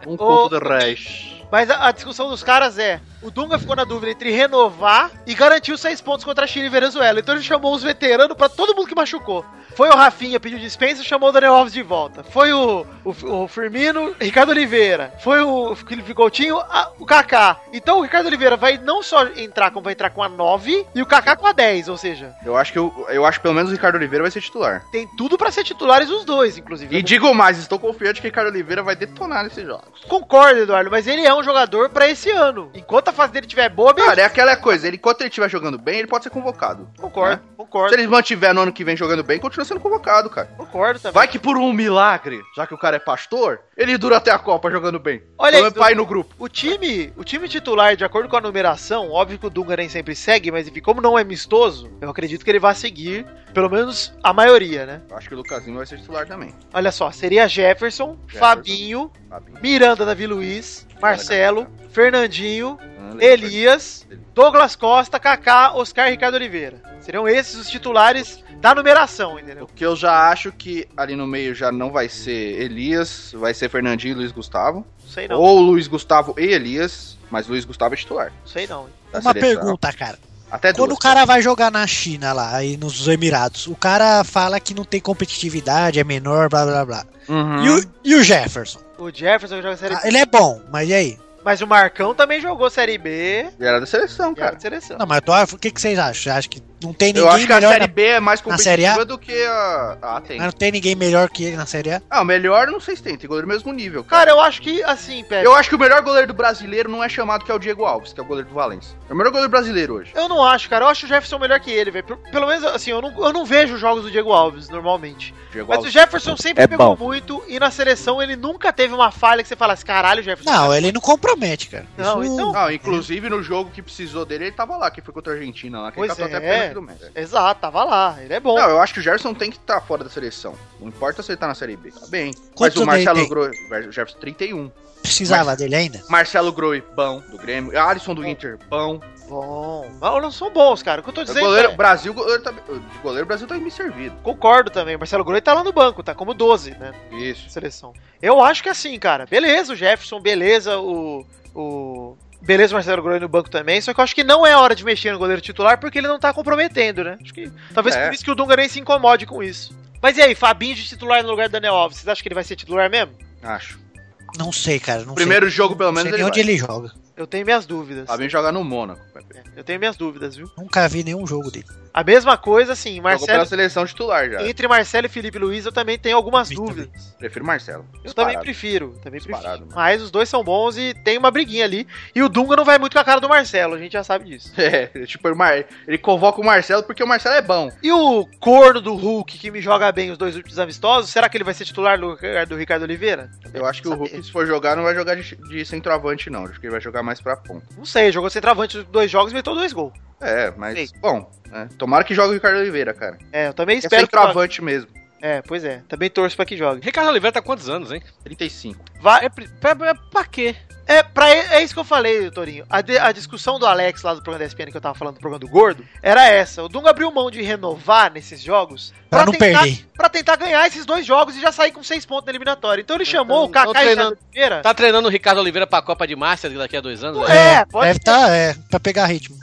[SPEAKER 6] Um ponto do Reich.
[SPEAKER 3] Mas a, a discussão dos caras é: o Dunga ficou na dúvida entre renovar e garantir os seis pontos contra a Chile e Venezuela. Então ele chamou os veteranos pra todo mundo que machucou. Foi o Rafinha, pediu dispensa e chamou o Daniel Alves de volta. Foi o, o, o Firmino, Ricardo Oliveira. Foi o Felipe Coutinho, a- o Kaká. Então o Ricardo Oliveira vai não só entrar, como vai entrar com a 9 e o Kaká com a 10. Ou seja,
[SPEAKER 6] Eu acho que eu, eu acho que pelo menos o Ricardo Oliveira vai ser titular.
[SPEAKER 3] tem tudo pra ser titulares os dois, inclusive.
[SPEAKER 6] E digo mais, estou confiante que o Ricardo Oliveira vai detonar nesses jogos.
[SPEAKER 3] Concordo, Eduardo, mas ele é um jogador pra esse ano. Enquanto a fase dele tiver boa,
[SPEAKER 6] Cara, é aquela coisa, ele, enquanto ele estiver jogando bem, ele pode ser convocado.
[SPEAKER 3] Concordo, concordo,
[SPEAKER 6] Se ele mantiver no ano que vem jogando bem, continua sendo convocado, cara.
[SPEAKER 3] concordo também.
[SPEAKER 6] Vai que por um milagre, já que o cara é pastor, ele dura até a Copa jogando bem.
[SPEAKER 3] Olha
[SPEAKER 6] Então é
[SPEAKER 3] isso.
[SPEAKER 6] pai no grupo.
[SPEAKER 3] O time, o time titular, de acordo com a numeração, óbvio que o Dunga nem sempre segue, mas enfim, como não é amistoso, eu acredito que ele vai seguir, pelo menos a maioria, né?
[SPEAKER 6] Eu Acho que o Lucasinho vai ser titular também. Tá
[SPEAKER 3] Olha só, seria Jefferson, Fabinho,
[SPEAKER 6] Sabe?
[SPEAKER 3] Miranda Davi Luiz, Marcelo, Fernandinho,
[SPEAKER 6] Ah,
[SPEAKER 3] Elias, Douglas Costa, Kaká, Oscar e Ricardo Oliveira. Seriam esses os titulares da numeração, entendeu?
[SPEAKER 6] O que eu já acho que ali no meio já não vai ser Elias, vai ser Fernandinho e Luiz Gustavo.
[SPEAKER 3] Não sei não,
[SPEAKER 6] Ou Luiz Gustavo e Elias, mas Luiz Gustavo é titular.
[SPEAKER 3] não sei não.
[SPEAKER 6] da
[SPEAKER 5] Uma
[SPEAKER 6] seleção.
[SPEAKER 5] pergunta, cara.
[SPEAKER 6] Até
[SPEAKER 5] Quando
[SPEAKER 6] É duas.
[SPEAKER 5] o cara vai jogar na China lá, aí nos Emirados, o cara fala que não tem competitividade, é menor, blá blá blá.
[SPEAKER 6] Uhum.
[SPEAKER 5] E, o, e o Jefferson?
[SPEAKER 3] O Jefferson joga Série
[SPEAKER 5] Ah,
[SPEAKER 3] B.
[SPEAKER 5] ele é bom, mas e aí?
[SPEAKER 3] Mas o Marcão também jogou Série B.
[SPEAKER 6] Ele era da seleção,
[SPEAKER 3] E era
[SPEAKER 6] cara.
[SPEAKER 3] de seleção.
[SPEAKER 5] Não, mas eu tô- ah, o que, que vocês acham? Vocês acham que não tem ninguém
[SPEAKER 6] Eu acho que a
[SPEAKER 5] melhor
[SPEAKER 6] Série
[SPEAKER 5] na-
[SPEAKER 6] B é mais
[SPEAKER 5] na Série A?
[SPEAKER 6] competitiva do que a... Ah, tem.
[SPEAKER 5] mas não tem ninguém melhor que ele na Série A?
[SPEAKER 6] Ah, o melhor não sei se tem, tem goleiro do mesmo nível, cara.
[SPEAKER 3] Cara, eu acho que, assim, Pepe, eu...
[SPEAKER 6] Eu acho que o melhor goleiro do brasileiro não é chamado que é o Diego Alves, que é o goleiro do Valência. É o melhor goleiro brasileiro hoje.
[SPEAKER 3] não acho, cara. Eu acho o Jefferson melhor que ele, velho. Pelo- Pelo menos, assim, eu não, eu não vejo os jogos do Diego Alves, normalmente.
[SPEAKER 6] Diego
[SPEAKER 3] Mas o
[SPEAKER 6] Alves.
[SPEAKER 3] Jefferson sempre
[SPEAKER 4] É
[SPEAKER 3] pegou muito e na seleção ele nunca teve uma falha que você falasse, caralho, Jefferson.
[SPEAKER 5] Não, ele não compromete, cara.
[SPEAKER 3] Não,
[SPEAKER 5] Isso-
[SPEAKER 3] então-
[SPEAKER 6] Não, inclusive no jogo que precisou dele, ele tava lá, que foi contra a Argentina lá, que ele
[SPEAKER 3] Pois
[SPEAKER 6] catou
[SPEAKER 3] é.
[SPEAKER 6] até pênalti do Messi.
[SPEAKER 3] Exato, tava lá. Ele é bom.
[SPEAKER 6] Não, eu acho que o Gerson tem que estar fora da seleção. Não importa se ele tá na Série B. Tá bem. Mas
[SPEAKER 5] Quantos
[SPEAKER 6] o Marcelo
[SPEAKER 5] ele tem?
[SPEAKER 6] Groi... O Gerson, 31.
[SPEAKER 5] Precisava dele ainda?
[SPEAKER 6] Marcelo Groi, bom, do Grêmio. Alisson do Inter, bom.
[SPEAKER 3] Bom. Mas não são bons, cara. O que eu tô dizendo.
[SPEAKER 6] Goleiro,
[SPEAKER 3] é-
[SPEAKER 6] Brasil, goleiro tá... de goleiro, Brasil tá bem servido.
[SPEAKER 3] Concordo também. Marcelo Groi tá lá no banco, tá como 12, né?
[SPEAKER 6] Isso.
[SPEAKER 3] Seleção. Eu acho que assim, cara. Beleza, o Jefferson, beleza, o. o... Beleza, o Marcelo Groi no banco também, só que eu acho que não é hora de mexer no goleiro titular porque ele não tá comprometendo, né? Acho que talvez
[SPEAKER 6] É.
[SPEAKER 3] por isso que o Dunga nem se incomode com isso. Mas e aí, Fabinho de titular no lugar do Daniel Alves, vocês acham que ele vai ser titular mesmo?
[SPEAKER 6] Acho.
[SPEAKER 5] Não sei, cara. Não
[SPEAKER 6] Primeiro jogo, pelo
[SPEAKER 5] sei, não sei
[SPEAKER 6] menos, ele
[SPEAKER 5] nem
[SPEAKER 6] vai.
[SPEAKER 5] onde ele joga.
[SPEAKER 3] Eu tenho minhas dúvidas. É,
[SPEAKER 6] Tá bem jogar no Mônaco. Pepe.
[SPEAKER 3] Eu tenho minhas dúvidas, viu?
[SPEAKER 5] Nunca vi nenhum jogo dele.
[SPEAKER 3] A mesma coisa, assim,
[SPEAKER 6] Jogou pela
[SPEAKER 3] Marcelo.
[SPEAKER 6] seleção titular já.
[SPEAKER 3] Entre Marcelo e Felipe Luiz, eu também tenho algumas
[SPEAKER 5] Eu
[SPEAKER 3] dúvidas.
[SPEAKER 6] Prefiro Marcelo.
[SPEAKER 3] Eu também
[SPEAKER 6] Disparado.
[SPEAKER 3] prefiro, também prefiro.
[SPEAKER 6] Disparado, mano. *laughs*
[SPEAKER 3] Mas os dois são bons e tem uma briguinha ali. E o Dunga não vai muito com a cara do Marcelo, a gente já sabe disso.
[SPEAKER 6] É, tipo, o Mar- ele convoca o Marcelo porque o Marcelo é bom.
[SPEAKER 3] E o corno do Hulk, que me joga bem os dois últimos amistosos, será que ele vai ser titular no lugar do Ricardo Oliveira?
[SPEAKER 6] Eu acho que o
[SPEAKER 3] Sabe-
[SPEAKER 6] Hulk, se for jogar, não vai jogar de, de centroavante, não. Acho que ele vai jogar mais pra ponta.
[SPEAKER 3] Não sei, jogou centroavante nos dois jogos e meteu dois gols.
[SPEAKER 6] É, mas,
[SPEAKER 3] Sim.
[SPEAKER 6] bom, né? tomara que jogue o Ricardo Oliveira, cara.
[SPEAKER 3] É, eu também
[SPEAKER 6] É
[SPEAKER 3] espero que. jogue.
[SPEAKER 6] centroavante mesmo.
[SPEAKER 3] É, pois é, também torço pra que jogue.
[SPEAKER 7] Ricardo Oliveira tá há quantos anos, hein?
[SPEAKER 6] 35.
[SPEAKER 3] Vai,
[SPEAKER 7] É, pri- pra, pra, pra quê?
[SPEAKER 3] É, pra, e- é isso que eu falei, Torinho. A, de- a discussão do Alex lá do programa da ESPN que eu tava falando do programa do Gordo era essa. O Dunga abriu mão de renovar nesses jogos
[SPEAKER 5] Pra não
[SPEAKER 3] tentar,
[SPEAKER 5] perder.
[SPEAKER 3] pra tentar ganhar esses dois jogos e já sair com seis pontos na eliminatória. Então ele chamou
[SPEAKER 7] então
[SPEAKER 3] o Kaká e o
[SPEAKER 7] treinando.
[SPEAKER 3] Thiago Oliveira.
[SPEAKER 7] Tá treinando o Ricardo Oliveira pra Copa de Márcia daqui a dois anos? né?
[SPEAKER 3] É, pode
[SPEAKER 5] Deve
[SPEAKER 3] ser.
[SPEAKER 5] tá, é, pra pegar ritmo.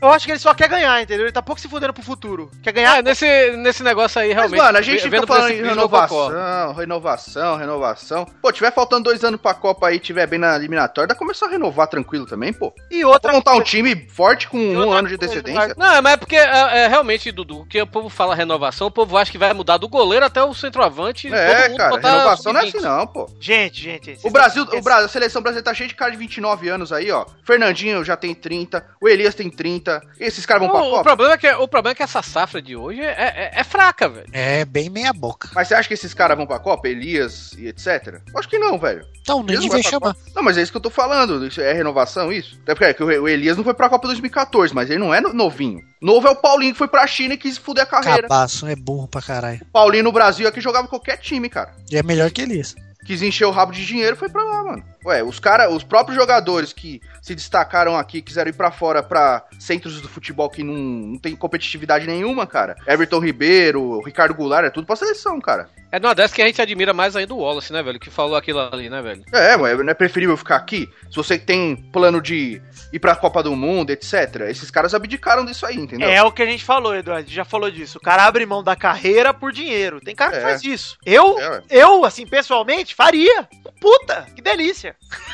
[SPEAKER 3] Eu acho que ele só quer ganhar, entendeu? Ele tá pouco se fudendo pro futuro. Quer ganhar?
[SPEAKER 6] É.
[SPEAKER 7] Ah, nesse, nesse negócio aí,
[SPEAKER 6] Mas,
[SPEAKER 7] realmente.
[SPEAKER 6] mano, a gente
[SPEAKER 7] vendo
[SPEAKER 6] fica
[SPEAKER 7] por
[SPEAKER 6] falando
[SPEAKER 7] esse
[SPEAKER 6] em
[SPEAKER 7] prisma, eu concordo.
[SPEAKER 6] renovação, renovação, renovação. Pô, tiver faltando dois anos pra Copa aí, tiver bem na eliminatória, dá pra começar a renovar tranquilo também, pô.
[SPEAKER 3] E
[SPEAKER 6] Pra
[SPEAKER 3] outra
[SPEAKER 6] montar um time forte com
[SPEAKER 3] E
[SPEAKER 6] um
[SPEAKER 3] outra
[SPEAKER 6] ano de
[SPEAKER 3] coisa,
[SPEAKER 6] antecedência.
[SPEAKER 7] Não, mas é porque é, é, realmente, Dudu, o que o povo fala renovação, o povo acha que vai mudar do goleiro até o centroavante.
[SPEAKER 6] É, cara, renovação não é assim não, pô.
[SPEAKER 3] Gente, gente.
[SPEAKER 6] O
[SPEAKER 3] vocês
[SPEAKER 6] Brasil,
[SPEAKER 3] estão
[SPEAKER 6] o Brasil, a seleção brasileira tá cheia de cara de 29 anos aí, ó. Fernandinho já tem 30, o Elias tem 30. Esses caras vão pra um
[SPEAKER 7] O, o
[SPEAKER 6] Copa.
[SPEAKER 7] problema é que, o problema é que essa safra de hoje é, é- é fraca, velho.
[SPEAKER 5] É bem meia boca.
[SPEAKER 6] Mas você acha que esses caras vão pra Copa, Elias e etc? Eu Acho que não, velho.
[SPEAKER 5] Então, nem
[SPEAKER 6] Elias não
[SPEAKER 5] devia
[SPEAKER 6] vai pra
[SPEAKER 5] chamar.
[SPEAKER 6] Não, mas é isso que eu tô falando. Isso é renovação, isso? Até porque é que o o Elias não foi pra Copa 2014, mas ele não é no- novinho. Novo é o Paulinho que foi pra China e quis fuder a carreira.
[SPEAKER 5] Cabaço, é burro pra caralho.
[SPEAKER 6] O Paulinho no Brasil aqui jogava em qualquer time, cara.
[SPEAKER 5] E é melhor que Elias.
[SPEAKER 6] Quis encher o rabo de dinheiro e foi pra lá, mano. Ué, os cara, os próprios jogadores que se destacaram aqui, quiseram ir pra fora pra centros do futebol que não, não tem competitividade nenhuma, cara. Everton Ribeiro, Ricardo Goulart, é tudo pra seleção, cara.
[SPEAKER 7] É numa dessas que a gente admira mais ainda o Wallace, né, velho? Que falou aquilo ali, né, velho?
[SPEAKER 6] É, ué, não é preferível ficar aqui? Se você tem plano de ir pra Copa do Mundo, etc. Esses caras abdicaram disso aí, entendeu?
[SPEAKER 3] É o que a gente falou, Eduardo. A gente já falou disso. O cara abre mão da carreira por dinheiro. Tem cara que
[SPEAKER 6] É.
[SPEAKER 3] faz isso. Eu,
[SPEAKER 6] É, ué.
[SPEAKER 3] eu, assim, pessoalmente, faria. Puta, que delícia. *laughs*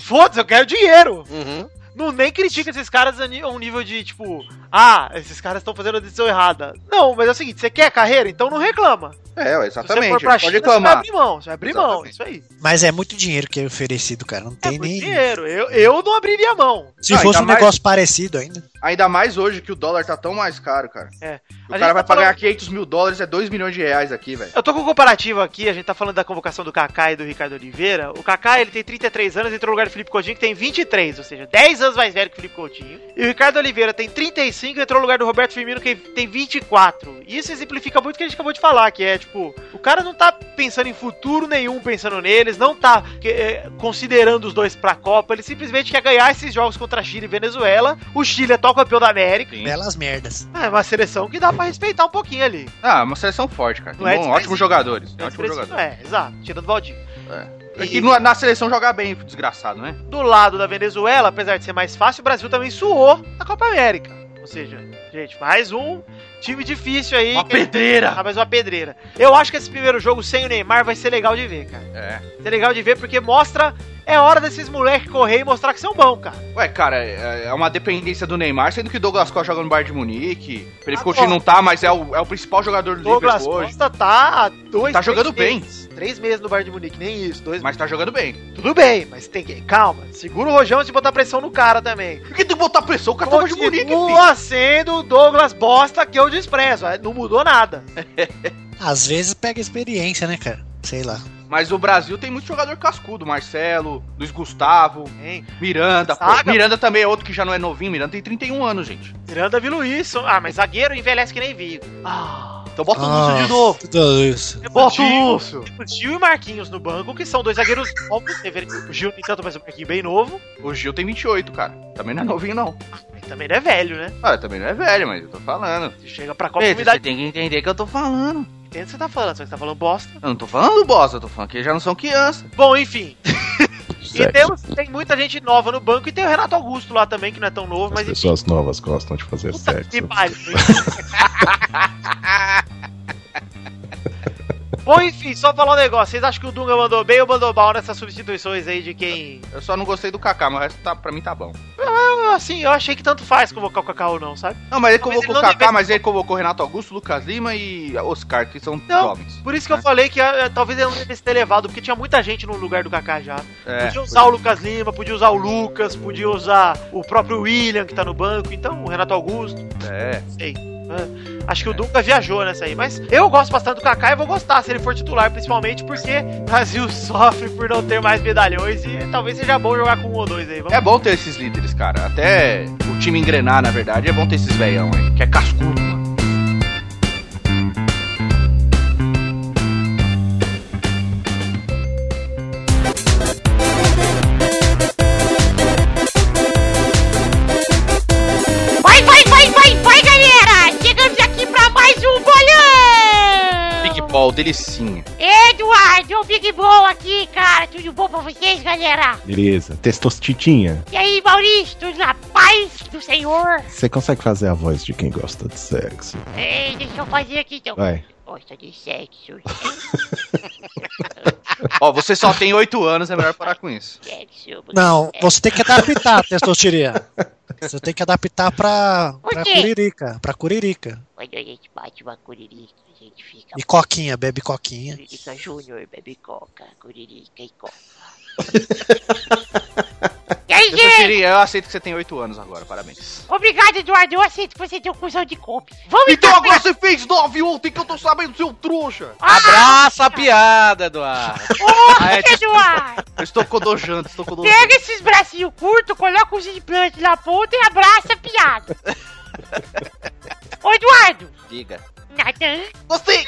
[SPEAKER 3] Foda-se, eu quero dinheiro.
[SPEAKER 7] Uhum.
[SPEAKER 3] Não nem critica esses caras a ni- a um nível de, tipo, ah, esses caras estão fazendo a decisão errada. Não, mas é o seguinte, você quer carreira? Então não reclama.
[SPEAKER 6] É, ué,
[SPEAKER 3] Se você
[SPEAKER 6] exatamente.
[SPEAKER 3] for pra
[SPEAKER 6] Pode
[SPEAKER 3] China, você vai
[SPEAKER 6] reclamar.
[SPEAKER 3] abrir mão, você vai abrir mão,
[SPEAKER 6] Exatamente.
[SPEAKER 3] isso aí.
[SPEAKER 5] Mas é muito dinheiro que é oferecido, cara. Não
[SPEAKER 3] É
[SPEAKER 5] tem
[SPEAKER 3] por
[SPEAKER 5] nem.
[SPEAKER 3] dinheiro. Eu, eu não abriria a mão.
[SPEAKER 5] Se
[SPEAKER 6] Não,
[SPEAKER 5] fosse
[SPEAKER 6] ainda
[SPEAKER 5] um
[SPEAKER 6] mais-
[SPEAKER 5] negócio parecido ainda.
[SPEAKER 6] Ainda mais hoje que o dólar tá tão mais caro, cara.
[SPEAKER 3] É.
[SPEAKER 6] O
[SPEAKER 3] A gente
[SPEAKER 6] cara vai
[SPEAKER 3] tá
[SPEAKER 6] pagar
[SPEAKER 3] falando-
[SPEAKER 6] 500 mil dólares, é 2 milhões de reais aqui, velho.
[SPEAKER 3] Eu tô com o comparativo aqui, a gente tá falando da convocação do Kaká e do Ricardo Oliveira. O Kaká, ele tem 33 anos, entrou no lugar do Felipe Coutinho, que tem 23, ou seja, 10 anos mais velho que o Felipe Coutinho. E o Ricardo Oliveira tem 35, entrou no lugar do Roberto Firmino, que tem 24. E isso exemplifica muito o que a gente acabou de falar, que é, tipo, o cara não tá pensando em futuro nenhum, pensando neles, não tá que- é, considerando os dois pra Copa, ele simplesmente quer ganhar esses jogos contra Chile e Venezuela. O Chile é atual campeão da América.
[SPEAKER 6] Sim.
[SPEAKER 5] Belas merdas.
[SPEAKER 3] É uma seleção que dá pra respeitar um pouquinho ali.
[SPEAKER 6] Ah, uma seleção forte, cara. Tem
[SPEAKER 3] Não é
[SPEAKER 6] bom-
[SPEAKER 3] desprezível.
[SPEAKER 6] um ótimos jogadores. Tem
[SPEAKER 3] É,
[SPEAKER 6] ótimos jogadores.
[SPEAKER 3] exato, tirando o Valdir.
[SPEAKER 6] É que no- na seleção joga bem, desgraçado, né?
[SPEAKER 3] Do lado da Venezuela, apesar de ser mais fácil, o Brasil também suou na Copa América. Ou seja, gente, mais um time difícil aí.
[SPEAKER 6] Uma
[SPEAKER 3] que a gente-
[SPEAKER 6] pedreira!
[SPEAKER 3] Ah, mais uma pedreira. Eu acho que esse primeiro jogo sem o Neymar vai ser legal de ver, cara.
[SPEAKER 6] É.
[SPEAKER 3] Vai ser legal de ver porque mostra. É hora desses moleques correr e mostrar que são bons, cara.
[SPEAKER 6] Ué, cara, é é uma dependência do Neymar, sendo que o Douglas Costa joga no Bayern de Munique. Pericote
[SPEAKER 3] Agora.
[SPEAKER 6] não tá, mas é o, é o principal jogador do
[SPEAKER 3] Ah, Douglas
[SPEAKER 6] Liverpool hoje.
[SPEAKER 3] Costa tá há dois
[SPEAKER 6] Tá jogando
[SPEAKER 3] três meses, Três meses no Bayern de Munique, nem isso. Dois
[SPEAKER 6] Mas tá jogando bem.
[SPEAKER 3] Tudo bem, mas tem que. Calma, segura o rojão antes de botar pressão no cara também.
[SPEAKER 6] Por que tem que botar pressão? O cara tá no Bayern de Munique, filho.
[SPEAKER 3] Continua sendo o Douglas Bosta que eu desprezo. é, Não mudou nada.
[SPEAKER 5] Às vezes pega experiência, né, cara? Sei lá.
[SPEAKER 6] Mas o Brasil tem muito jogador cascudo. Marcelo, Luiz Gustavo,
[SPEAKER 3] Hein?
[SPEAKER 6] Miranda. pô.
[SPEAKER 3] Saga.
[SPEAKER 6] Miranda também é outro que já não é novinho. Miranda tem 31 anos, gente.
[SPEAKER 3] Miranda viu isso. Ah, mas zagueiro envelhece que nem vivo. Ah,
[SPEAKER 6] Então bota o Lúcio de novo.
[SPEAKER 5] Tudo isso.
[SPEAKER 6] Bota o
[SPEAKER 3] Gil.
[SPEAKER 6] Lúcio.
[SPEAKER 3] o Gil e Marquinhos no banco, que são dois zagueiros novos. deveria- O Gil, no entanto, mas o Marquinhos bem novo.
[SPEAKER 6] O Gil tem 28, cara. Também não é novinho, não.
[SPEAKER 3] Mas também não é velho, né?
[SPEAKER 6] Ah, também não é velho, mas eu tô falando.
[SPEAKER 3] Você chega pra Copa
[SPEAKER 6] Pedro,
[SPEAKER 3] com idade.
[SPEAKER 6] tem que entender que eu tô falando.
[SPEAKER 3] Entendo o que você tá falando, só que você tá falando bosta.
[SPEAKER 6] Eu não tô falando bosta, eu tô falando que eles já não são criança.
[SPEAKER 3] Bom,
[SPEAKER 6] *laughs*
[SPEAKER 3] enfim. E
[SPEAKER 4] Sexo.
[SPEAKER 3] temos, tem muita gente nova no banco e tem o Renato Augusto lá também, que não é tão novo,
[SPEAKER 4] As
[SPEAKER 3] mas
[SPEAKER 4] pessoas novas gostam de fazer
[SPEAKER 3] Puta que
[SPEAKER 4] sexo.
[SPEAKER 3] pariu.
[SPEAKER 6] *laughs*
[SPEAKER 3] Bom, enfim, só falar um negócio. Vocês acham que o Dunga mandou bem ou mandou mal nessas substituições aí de quem.
[SPEAKER 6] Eu só não gostei do Kaká, mas o resto tá, pra mim tá bom.
[SPEAKER 3] Eu, assim, eu achei que tanto faz convocar o Cacau ou não, sabe?
[SPEAKER 6] Não, mas ele
[SPEAKER 3] Talvez
[SPEAKER 6] convocou
[SPEAKER 3] ele
[SPEAKER 6] o
[SPEAKER 3] não
[SPEAKER 6] Kaká,
[SPEAKER 3] devesse-
[SPEAKER 6] mas ele convocou o Renato Augusto, Lucas Lima e Oscar, que são
[SPEAKER 3] Não.
[SPEAKER 6] jovens.
[SPEAKER 3] Por isso que eu falei que ah, talvez ele não devesse ter levado, porque tinha muita gente no lugar do Kaká já.
[SPEAKER 6] É.
[SPEAKER 3] podia usar o Lucas Lima, podia usar o Lucas, podia usar o próprio William que tá no banco, então o Renato Augusto,
[SPEAKER 6] É.
[SPEAKER 3] não sei. Ah, Acho que o Dunga viajou nessa aí, mas eu gosto bastante do Kaká e vou gostar se ele for titular, principalmente porque o Brasil *laughs* sofre por não ter mais medalhões e talvez seja bom jogar com um ou dois aí. Vamos
[SPEAKER 6] É bom ter esses líderes, cara. Até o time engrenar, na verdade, é bom ter esses veião aí, que é cascudo, mano.
[SPEAKER 8] Vai, vai, vai, vai, vai, galera! Chegamos aqui pra mais um bolão!
[SPEAKER 6] Big Paul, delicinha.
[SPEAKER 8] Eduardo, é o Big Bom aqui, cara. Tudo bom pra vocês, galera?
[SPEAKER 4] Beleza. Testostitinha,
[SPEAKER 8] E aí, Maurício, tudo na paz do Senhor?
[SPEAKER 4] você consegue fazer a voz de quem gosta de sexo?
[SPEAKER 8] Ei, deixa eu fazer aqui, então.
[SPEAKER 4] Vai.
[SPEAKER 8] Gosta de sexo,
[SPEAKER 6] Ó, você só tem 8 anos, é melhor parar com isso.
[SPEAKER 5] *laughs*
[SPEAKER 8] sexo.
[SPEAKER 5] Não,
[SPEAKER 8] sexo.
[SPEAKER 5] você tem que adaptar, testosteria. Você tem que adaptar pra,
[SPEAKER 8] Por
[SPEAKER 5] pra
[SPEAKER 8] quê?
[SPEAKER 5] curirica. Pra curirica.
[SPEAKER 8] Quando a gente bate uma curirica, a gente fica...
[SPEAKER 5] E coquinha, bebe coquinha.
[SPEAKER 8] Curirica Júnior, bebe coca, curirica e coca.
[SPEAKER 5] *laughs*
[SPEAKER 8] e aí,
[SPEAKER 6] Eu,
[SPEAKER 8] gente?
[SPEAKER 6] preferia- eu aceito que você tem 8 anos agora, parabéns.
[SPEAKER 8] Obrigado, Eduardo. Eu aceito que você tenha um cuzão de compra. Vamos
[SPEAKER 6] Então
[SPEAKER 8] pra-
[SPEAKER 6] agora você fez 9 ontem que eu tô sabendo, seu trouxa!
[SPEAKER 7] Abraça a piada, Eduardo.
[SPEAKER 8] Ô, Eduardo!
[SPEAKER 6] Eu estou codojando, estou codojando.
[SPEAKER 8] é tipo, Pega esses bracinhos curtos, coloca os implantes na ponta e abraça a piada. Ô, Eduardo!
[SPEAKER 6] Diga.
[SPEAKER 8] Nada.
[SPEAKER 6] Você,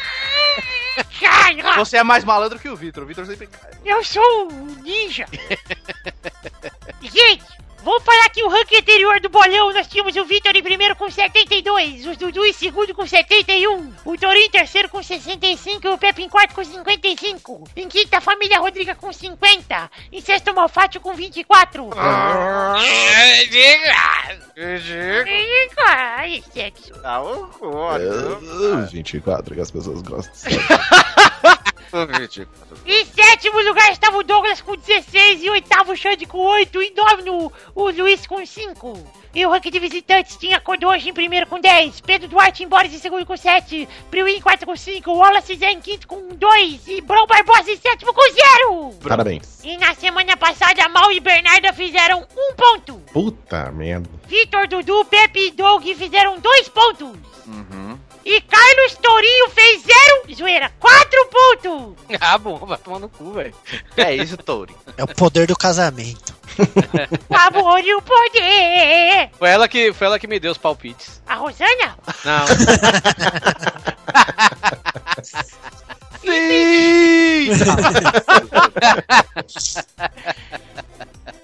[SPEAKER 8] Cara,
[SPEAKER 6] você é mais malandro que o Vitor. O Vitor sempre cai.
[SPEAKER 8] eu sou um ninja. Gente, vamos falar que o ranking anterior do bolão nós tínhamos o Vitor em primeiro com 72, o Dudu em segundo com 71, o Torinho em terceiro com 65 e o Pepe em quarto com 55. Em quinta, a família Rodriga com 50, em sexto, o Malfátio com 24.
[SPEAKER 7] Ah,
[SPEAKER 8] Ai, sexo.
[SPEAKER 3] Ah, um corte.
[SPEAKER 4] Ah, 24, que as pessoas gostam de sexo.
[SPEAKER 8] Em sétimo lugar estava o Douglas com 16, e oitavo o Xande com 8, e nono o Luiz com 5. E o ranking de visitantes tinha Kodoji em primeiro com 10, Pedro Duarte em Boris em segundo com 7, Priuí em quarto com 5, Wallace Zé em quinto com 2 e Brão Barbosa em sétimo com 0.
[SPEAKER 4] Parabéns.
[SPEAKER 8] E na semana passada, Mal e Bernarda fizeram um ponto.
[SPEAKER 4] Puta merda.
[SPEAKER 8] Vitor, Dudu, Pepe e Doug fizeram dois pontos.
[SPEAKER 6] Uhum.
[SPEAKER 8] E Carlos Tourinho fez zero, zoeira, quatro pontos.
[SPEAKER 7] ah, bom, vai tomar no cu, velho.
[SPEAKER 6] É isso, Touri.
[SPEAKER 5] É o poder do casamento.
[SPEAKER 8] O amor e o poder.
[SPEAKER 7] Foi ela que, foi ela que me deu os palpites.
[SPEAKER 8] A Rosana?
[SPEAKER 7] Não,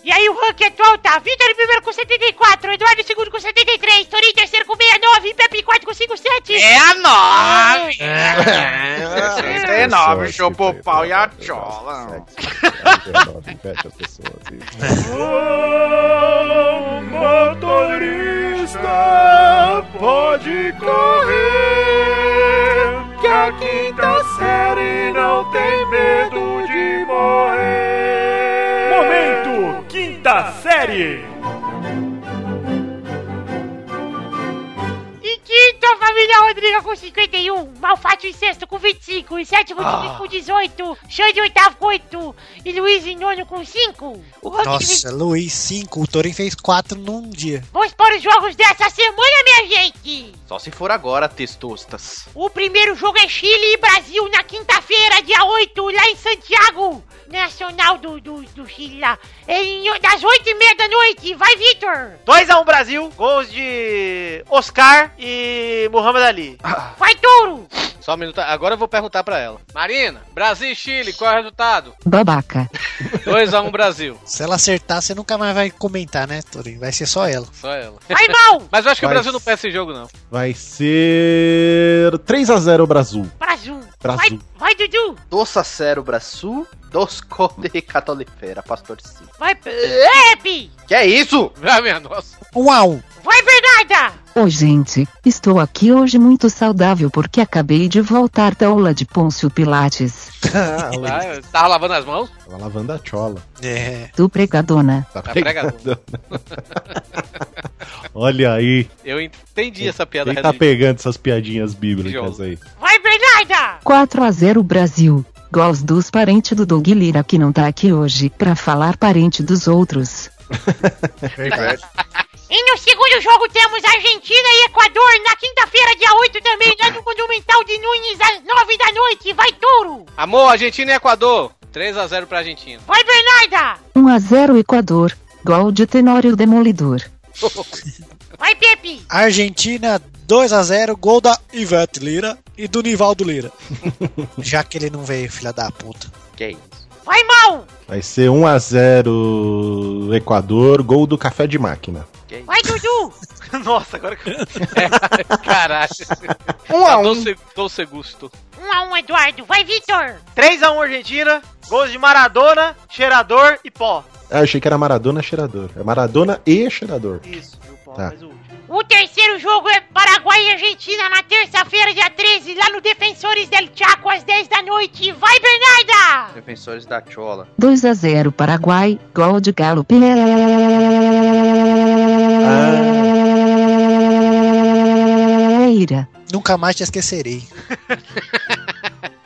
[SPEAKER 8] E aí o ranking atual tá Vitor em primeiro com 74, Eduardo em segundo com 73, Torinho em terceiro com 69, Pepe em quarto com 57.
[SPEAKER 7] é a nove.
[SPEAKER 6] É, 19,
[SPEAKER 4] pessoas
[SPEAKER 6] chupou
[SPEAKER 4] que-
[SPEAKER 6] o pau e a
[SPEAKER 4] Sexo,
[SPEAKER 6] chola.
[SPEAKER 4] sexo, 19, investe as pessoas, isso.
[SPEAKER 9] Momento Quinta Série.
[SPEAKER 8] Em quinto, a família Rodrigo com 51, Malfátio em sexto com 25, e sétimo Diniz com 18, Xande em oitavo com 8 e Luiz em nono com 5. O ranking de-
[SPEAKER 5] Nossa, Luiz 5, o Torin fez 4 num dia.
[SPEAKER 8] Vamos para os jogos dessa semana, minha gente!
[SPEAKER 6] Só se for agora, testostas.
[SPEAKER 8] O primeiro jogo é Chile e Brasil na quinta-feira, dia 8, lá em Santiago, Nacional do, do, do Chile lá. Em, das 8 e meia da noite, vai Vitor!
[SPEAKER 3] 2x1 Brasil, gols de Oscar e Muhammad Ali.
[SPEAKER 8] Vai Touro!
[SPEAKER 7] Só um minuto. Agora eu vou perguntar pra ela. Marina, Brasil e Chile, qual é o resultado?
[SPEAKER 10] babaca,
[SPEAKER 7] 2x1 Brasil.
[SPEAKER 5] Se ela acertar, você nunca mais vai comentar, né, Torin? Vai ser só ela.
[SPEAKER 7] Só ela.
[SPEAKER 8] Vai mal!
[SPEAKER 7] Mas eu acho que
[SPEAKER 4] Mas-
[SPEAKER 7] o Brasil não perde esse jogo, não.
[SPEAKER 4] Vai ser 3x0 Brasil.
[SPEAKER 8] Brasil! Vai,
[SPEAKER 4] Brasil.
[SPEAKER 8] vai Dudu!
[SPEAKER 6] Doça Cero Braçu, dos de Catolifera, pastor Sim.
[SPEAKER 8] Vai Pepe!
[SPEAKER 6] Que é isso?
[SPEAKER 7] Ah, minha nossa.
[SPEAKER 5] 1 a 1
[SPEAKER 8] Vai Bernarda!
[SPEAKER 10] Oi, gente, estou aqui hoje muito saudável porque acabei de voltar da aula de Pôncio Pilates.
[SPEAKER 7] Ah, eu tava lavando as mãos?
[SPEAKER 4] Tava lavando a chola.
[SPEAKER 5] É.
[SPEAKER 10] Do pregadona.
[SPEAKER 4] Tá
[SPEAKER 7] Tá
[SPEAKER 4] pegando.
[SPEAKER 7] pregado.
[SPEAKER 4] Olha aí.
[SPEAKER 7] Eu entendi essa piada
[SPEAKER 4] Quem tá
[SPEAKER 7] redondinha.
[SPEAKER 4] pegando essas piadinhas bíblicas
[SPEAKER 7] Idiota.
[SPEAKER 4] aí?
[SPEAKER 8] Vai Bernarda!
[SPEAKER 10] 4 a 0 Brasil. Gols dos parentes do Doug Lira que não tá aqui hoje pra falar parente dos outros.
[SPEAKER 5] É
[SPEAKER 7] tá
[SPEAKER 8] E no segundo jogo temos Argentina e Equador na quinta-feira, dia 8 também, lá no Monumental de Nunes, às 9 da noite. Vai Touro!
[SPEAKER 7] Amor, Argentina e Equador. 3x0 pra Argentina.
[SPEAKER 8] Vai Bernarda!
[SPEAKER 10] 1 a 0 Equador. Gol de Tenório Demolidor.
[SPEAKER 8] *laughs* Vai Pepe!
[SPEAKER 5] Argentina 2 a 0 gol da Ivete Lira e do Nivaldo Lira. Já que ele não veio, filha da puta.
[SPEAKER 6] Que é isso?
[SPEAKER 8] Vai mal!
[SPEAKER 4] Vai ser 1x0 Equador, gol do café de máquina.
[SPEAKER 8] Vai Dudu!
[SPEAKER 3] *laughs* Nossa, agora que eu
[SPEAKER 7] Caralho.
[SPEAKER 6] Um a um.
[SPEAKER 7] Doce, doce gusto.
[SPEAKER 8] 1 a 1 Eduardo. Vai Vitor!
[SPEAKER 3] 3x1 Argentina, gols de Maradona, Cheirador e Pó.
[SPEAKER 4] Ah, eu achei que era Maradona cheirador. É Maradona e cheirador.
[SPEAKER 3] Isso, e o Pó
[SPEAKER 4] Tá.
[SPEAKER 3] faz o último.
[SPEAKER 8] O terceiro jogo é Paraguai e Argentina na terça-feira, dia 13, lá no Defensores del Chaco, às 10 da noite. Vai Bernarda!
[SPEAKER 6] Defensores da Chola.
[SPEAKER 10] 2 a 0 Paraguai. Gol de Galo. Pereira.
[SPEAKER 5] Nunca mais te esquecerei.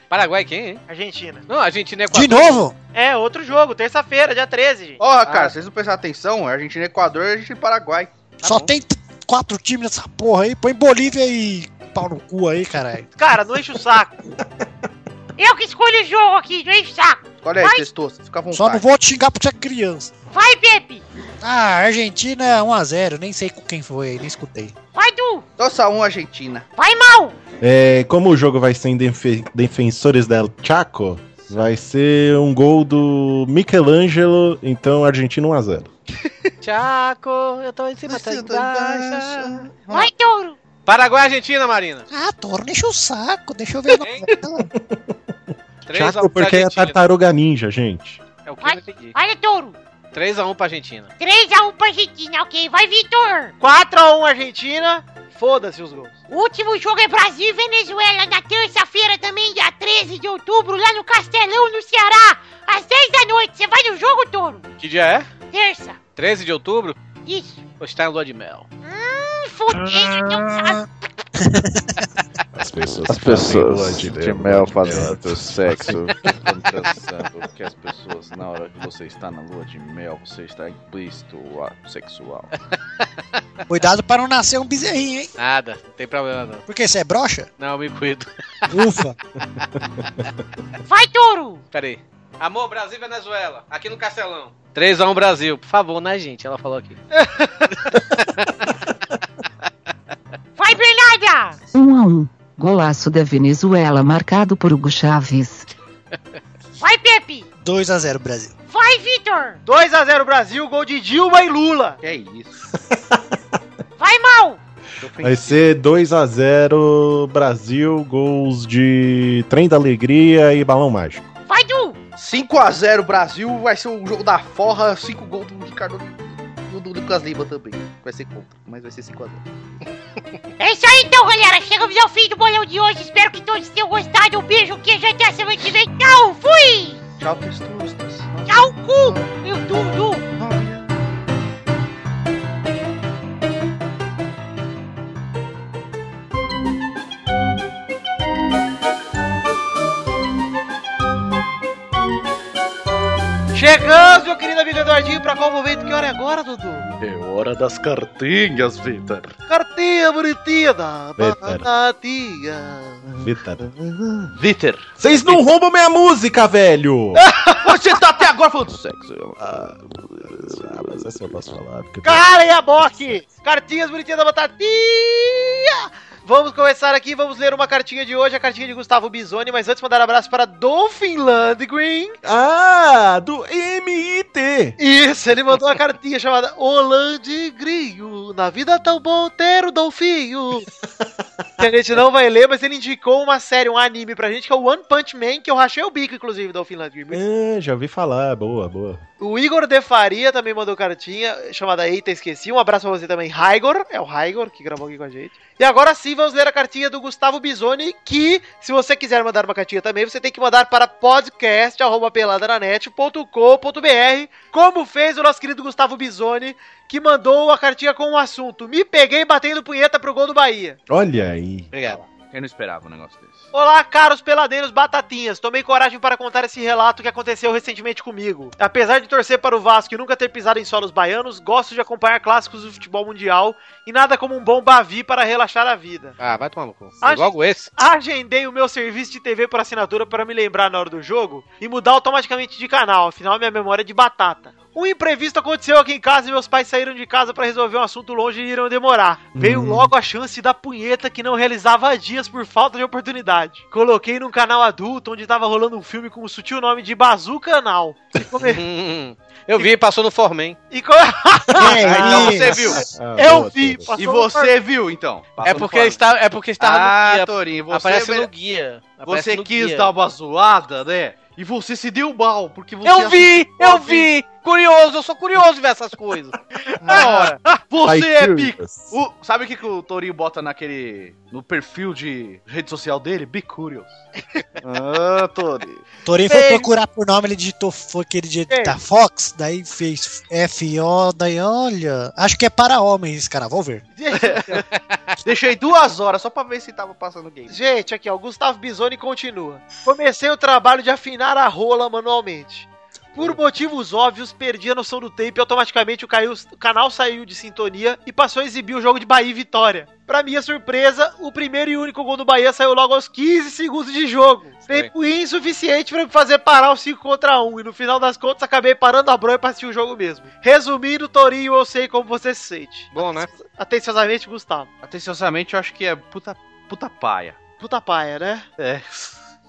[SPEAKER 7] Paraguai quem, hein?
[SPEAKER 3] Argentina.
[SPEAKER 7] Não, Argentina e
[SPEAKER 5] De
[SPEAKER 7] Equador.
[SPEAKER 5] novo?
[SPEAKER 3] É, outro jogo, terça-feira, dia 13, gente.
[SPEAKER 6] Ó, cara, vocês não prestaram atenção? Argentina e Equador e Argentina e Paraguai. Tá
[SPEAKER 5] Só
[SPEAKER 7] bom.
[SPEAKER 5] tem t- quatro times nessa porra aí. Põe Bolívia e pau no cu aí, caralho.
[SPEAKER 3] Ah, Cara, não enche o saco.
[SPEAKER 8] Eu que escolho o jogo aqui, não é Ah, enche o saco.
[SPEAKER 6] Olha aí, testostas, fica à vontade.
[SPEAKER 5] Só não vou te xingar porque você é criança.
[SPEAKER 8] Vai Pepe!
[SPEAKER 5] Ah, Argentina 1 a 0 nem sei com quem foi aí, nem escutei.
[SPEAKER 8] Vai Du!
[SPEAKER 6] Doça 1 Argentina.
[SPEAKER 8] Vai mal!
[SPEAKER 4] É, como o jogo vai ser em defe- Defensores del Chaco, vai ser um gol do Michelangelo, então Argentina 1x0.
[SPEAKER 7] Chaco, eu tô em cima, tá embaixo.
[SPEAKER 8] Vai Touro!
[SPEAKER 7] Paraguai e Argentina, Marina.
[SPEAKER 5] Ah, Toro, deixa o saco, deixa eu ver Então, a novela.
[SPEAKER 7] 3 a 1
[SPEAKER 4] Chaco porque é tartaruga ninja, gente.
[SPEAKER 7] É o que eu não entendi.
[SPEAKER 8] Olha, Touro!
[SPEAKER 7] 3x1 pra Argentina.
[SPEAKER 8] 3x1 pra Argentina, ok. Vai, Vitor!
[SPEAKER 3] 4x1 Argentina, foda-se os gols.
[SPEAKER 8] O último jogo é Brasil e Venezuela, na terça-feira também, dia 13 de outubro, lá no Castelão, no Ceará, às 10 da noite. Você vai no jogo, Touro?
[SPEAKER 7] Que dia é?
[SPEAKER 8] Terça.
[SPEAKER 7] 13 de outubro?
[SPEAKER 8] Isso.
[SPEAKER 7] Vou estar em lua de mel.
[SPEAKER 8] Hum, fudeu, não sabe.
[SPEAKER 4] As pessoas,
[SPEAKER 11] As pessoas de mel fazendo sexo.
[SPEAKER 6] Pensando que as pessoas, na hora que você está na lua de mel, você está implícito o ato sexual.
[SPEAKER 5] Cuidado pra não nascer um bezerrinho, hein?
[SPEAKER 7] Nada, não tem problema não.
[SPEAKER 5] Porque você é broxa?
[SPEAKER 7] Não, eu me cuido.
[SPEAKER 5] Ufa.
[SPEAKER 8] Vai, Touro!
[SPEAKER 7] Pera aí. Amor, Brasil e Venezuela, aqui no Castelão. 3x1 Brasil, por favor, né, gente? Ela falou aqui.
[SPEAKER 8] Vai, Bernarda!
[SPEAKER 10] 1 a 1. Golaço da Venezuela marcado por Hugo Chaves.
[SPEAKER 8] *laughs* Vai, Pepe!
[SPEAKER 5] 2 a 0 Brasil.
[SPEAKER 8] Vai, Vitor!
[SPEAKER 3] 2x0 Brasil, gol de Dilma e Lula.
[SPEAKER 6] Que é isso?
[SPEAKER 8] Vai, Mal!
[SPEAKER 4] Vai ser 2x0 Brasil, gols de Trem da Alegria e Balão Mágico.
[SPEAKER 8] Vai, Du!
[SPEAKER 6] 5x0 Brasil, vai ser um jogo da forra, 5 gols do Ricardo do, do Lucas Lima também. Vai ser contra, mas vai ser 5x0.
[SPEAKER 8] É isso aí então, galera. Chegamos ao fim do bolão de hoje. Espero que todos tenham gostado. Um beijo, um queijo até a semana que vem. Tchau, fui!
[SPEAKER 6] Tchau, Testustas.
[SPEAKER 8] Tchau, cu! Eu, Du, Du.
[SPEAKER 3] Chegamos, meu querido amigo Eduardinho, pra qual momento? Que hora é agora, Dudu?
[SPEAKER 12] É hora das cartinhas, Vitor.
[SPEAKER 3] Cartinha bonitinha da
[SPEAKER 4] Vitor.
[SPEAKER 3] batatinha.
[SPEAKER 4] Vitor.
[SPEAKER 6] Vitor.
[SPEAKER 4] Vocês não roubam minha música, velho!
[SPEAKER 6] *laughs* Você tá até agora falando do sexo.
[SPEAKER 4] Ah, mas essa eu posso falar. Porque...
[SPEAKER 3] Cara e a box! Cartinhas bonitinhas da batatinha! Vamos começar aqui, vamos ler uma cartinha de hoje, a cartinha de Gustavo Bisoni, mas antes mandar um abraço para Dolphin Landgreen.
[SPEAKER 4] Ah, do MIT!
[SPEAKER 3] Isso, ele mandou uma cartinha chamada Olandgrinho, na vida é tão bom ter o Dolfinho. que a gente não vai ler, mas ele indicou uma série, um anime pra gente, que é o One Punch Man, que eu rachei o bico, inclusive, Dolphin Landgreen.
[SPEAKER 4] É, já ouvi falar, boa, boa.
[SPEAKER 3] O Igor de Faria também mandou cartinha chamada Eita Esqueci. Um abraço pra você também, Raigor. É o Raigor que gravou aqui com a gente. E agora sim, vamos ler a cartinha do Gustavo Bisoni, que se você quiser mandar uma cartinha também, você tem que mandar para podcast.peladananet.com.br, como fez o nosso querido Gustavo Bisoni, que mandou a cartinha com o assunto Me peguei batendo punheta pro gol do Bahia.
[SPEAKER 4] Olha aí.
[SPEAKER 6] Obrigado. Eu não esperava um negócio desse.
[SPEAKER 3] Olá, caros peladeiros batatinhas. Tomei coragem para contar esse relato que aconteceu recentemente comigo. Apesar de torcer para o Vasco e nunca ter pisado em solos baianos, gosto de acompanhar clássicos do futebol mundial e nada como um bom bavi para relaxar a vida.
[SPEAKER 7] Ah, vai tomar no cu.
[SPEAKER 3] Ah,
[SPEAKER 7] Logo esse.
[SPEAKER 3] Agendei o meu serviço de TV por assinatura para me lembrar na hora do jogo e mudar automaticamente de canal, afinal minha memória é de batata. Um imprevisto aconteceu aqui em casa e meus pais saíram de casa para resolver um assunto longe e irão demorar. Veio logo a chance da punheta que não realizava há dias por falta de oportunidade. Coloquei num canal adulto onde tava rolando um filme com o sutil nome de Bazoo Canal. E
[SPEAKER 7] *laughs*
[SPEAKER 3] come-
[SPEAKER 7] Hum, *laughs* eu vi, passou no Formen.
[SPEAKER 3] E come-
[SPEAKER 6] então você viu.
[SPEAKER 4] Ah, Tá
[SPEAKER 3] Eu vi,
[SPEAKER 6] E
[SPEAKER 3] passou no
[SPEAKER 6] você viu, então.
[SPEAKER 7] É porque, está, é porque estava
[SPEAKER 6] ah,
[SPEAKER 7] no guia.
[SPEAKER 6] Torinho, você,
[SPEAKER 7] Aparece
[SPEAKER 6] me-
[SPEAKER 7] no guia. Aparece
[SPEAKER 6] você
[SPEAKER 7] no
[SPEAKER 6] quis
[SPEAKER 7] guia.
[SPEAKER 6] dar uma zoada, né? E você se deu mal, porque você.
[SPEAKER 7] Eu vi,
[SPEAKER 6] assistiu-
[SPEAKER 7] eu vi. Curioso, eu sou curioso ver essas *laughs* coisas.
[SPEAKER 6] Na hora. Você é bico.
[SPEAKER 4] Curious.
[SPEAKER 6] O- sabe o que, que o Torinho bota naquele. no perfil de rede social dele? Bicurious. ah, Torinho.
[SPEAKER 5] Torinho foi
[SPEAKER 3] Fez.
[SPEAKER 5] procurar por nome, ele digitou foi aquele de editar Fox, daí fez FO, daí olha. Acho que é para homens, cara, vou ver.
[SPEAKER 6] *laughs* Deixei duas horas só pra ver se tava passando game.
[SPEAKER 3] Gente, aqui ó, o Gustavo Bisoni continua. Comecei o trabalho de afinar a rola manualmente. Por motivos óbvios, perdi a noção do tempo e automaticamente o, caiu- o canal saiu de sintonia e passou a exibir o jogo de Bahia e Vitória. Pra minha surpresa, o primeiro e único gol do Bahia saiu logo aos 15 segundos de jogo. Tempo insuficiente pra me fazer parar o 5 contra 1 e no final das contas acabei parando a bronha pra assistir o jogo mesmo. Resumindo, Torinho, eu sei como você se sente.
[SPEAKER 7] Bom, né?
[SPEAKER 3] Atenciosamente, Gustavo.
[SPEAKER 6] Atenciosamente, eu acho que é puta, puta paia.
[SPEAKER 3] Puta paia, né?
[SPEAKER 6] É.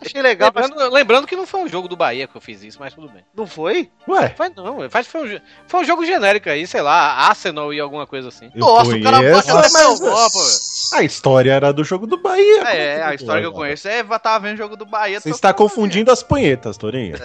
[SPEAKER 3] Achei legal, mas
[SPEAKER 7] Lembrando, lembrando que não foi um jogo do Bahia que eu fiz isso, mas tudo bem.
[SPEAKER 3] não foi?
[SPEAKER 4] Ué,
[SPEAKER 7] Foi não, faz- foi, um, jo- foi um jogo genérico aí, sei lá, Arsenal e alguma coisa assim.
[SPEAKER 4] eu
[SPEAKER 6] Nossa, o cara
[SPEAKER 4] conheço.
[SPEAKER 6] bota lá na Europa.
[SPEAKER 4] A história era do jogo do Bahia.
[SPEAKER 6] É, *laughs* é, a história que eu
[SPEAKER 4] Ué,
[SPEAKER 6] conheço é tava vendo o jogo do Bahia.
[SPEAKER 4] Você
[SPEAKER 6] tô
[SPEAKER 4] está
[SPEAKER 6] falando.
[SPEAKER 4] confundindo as punhetas, Torinho.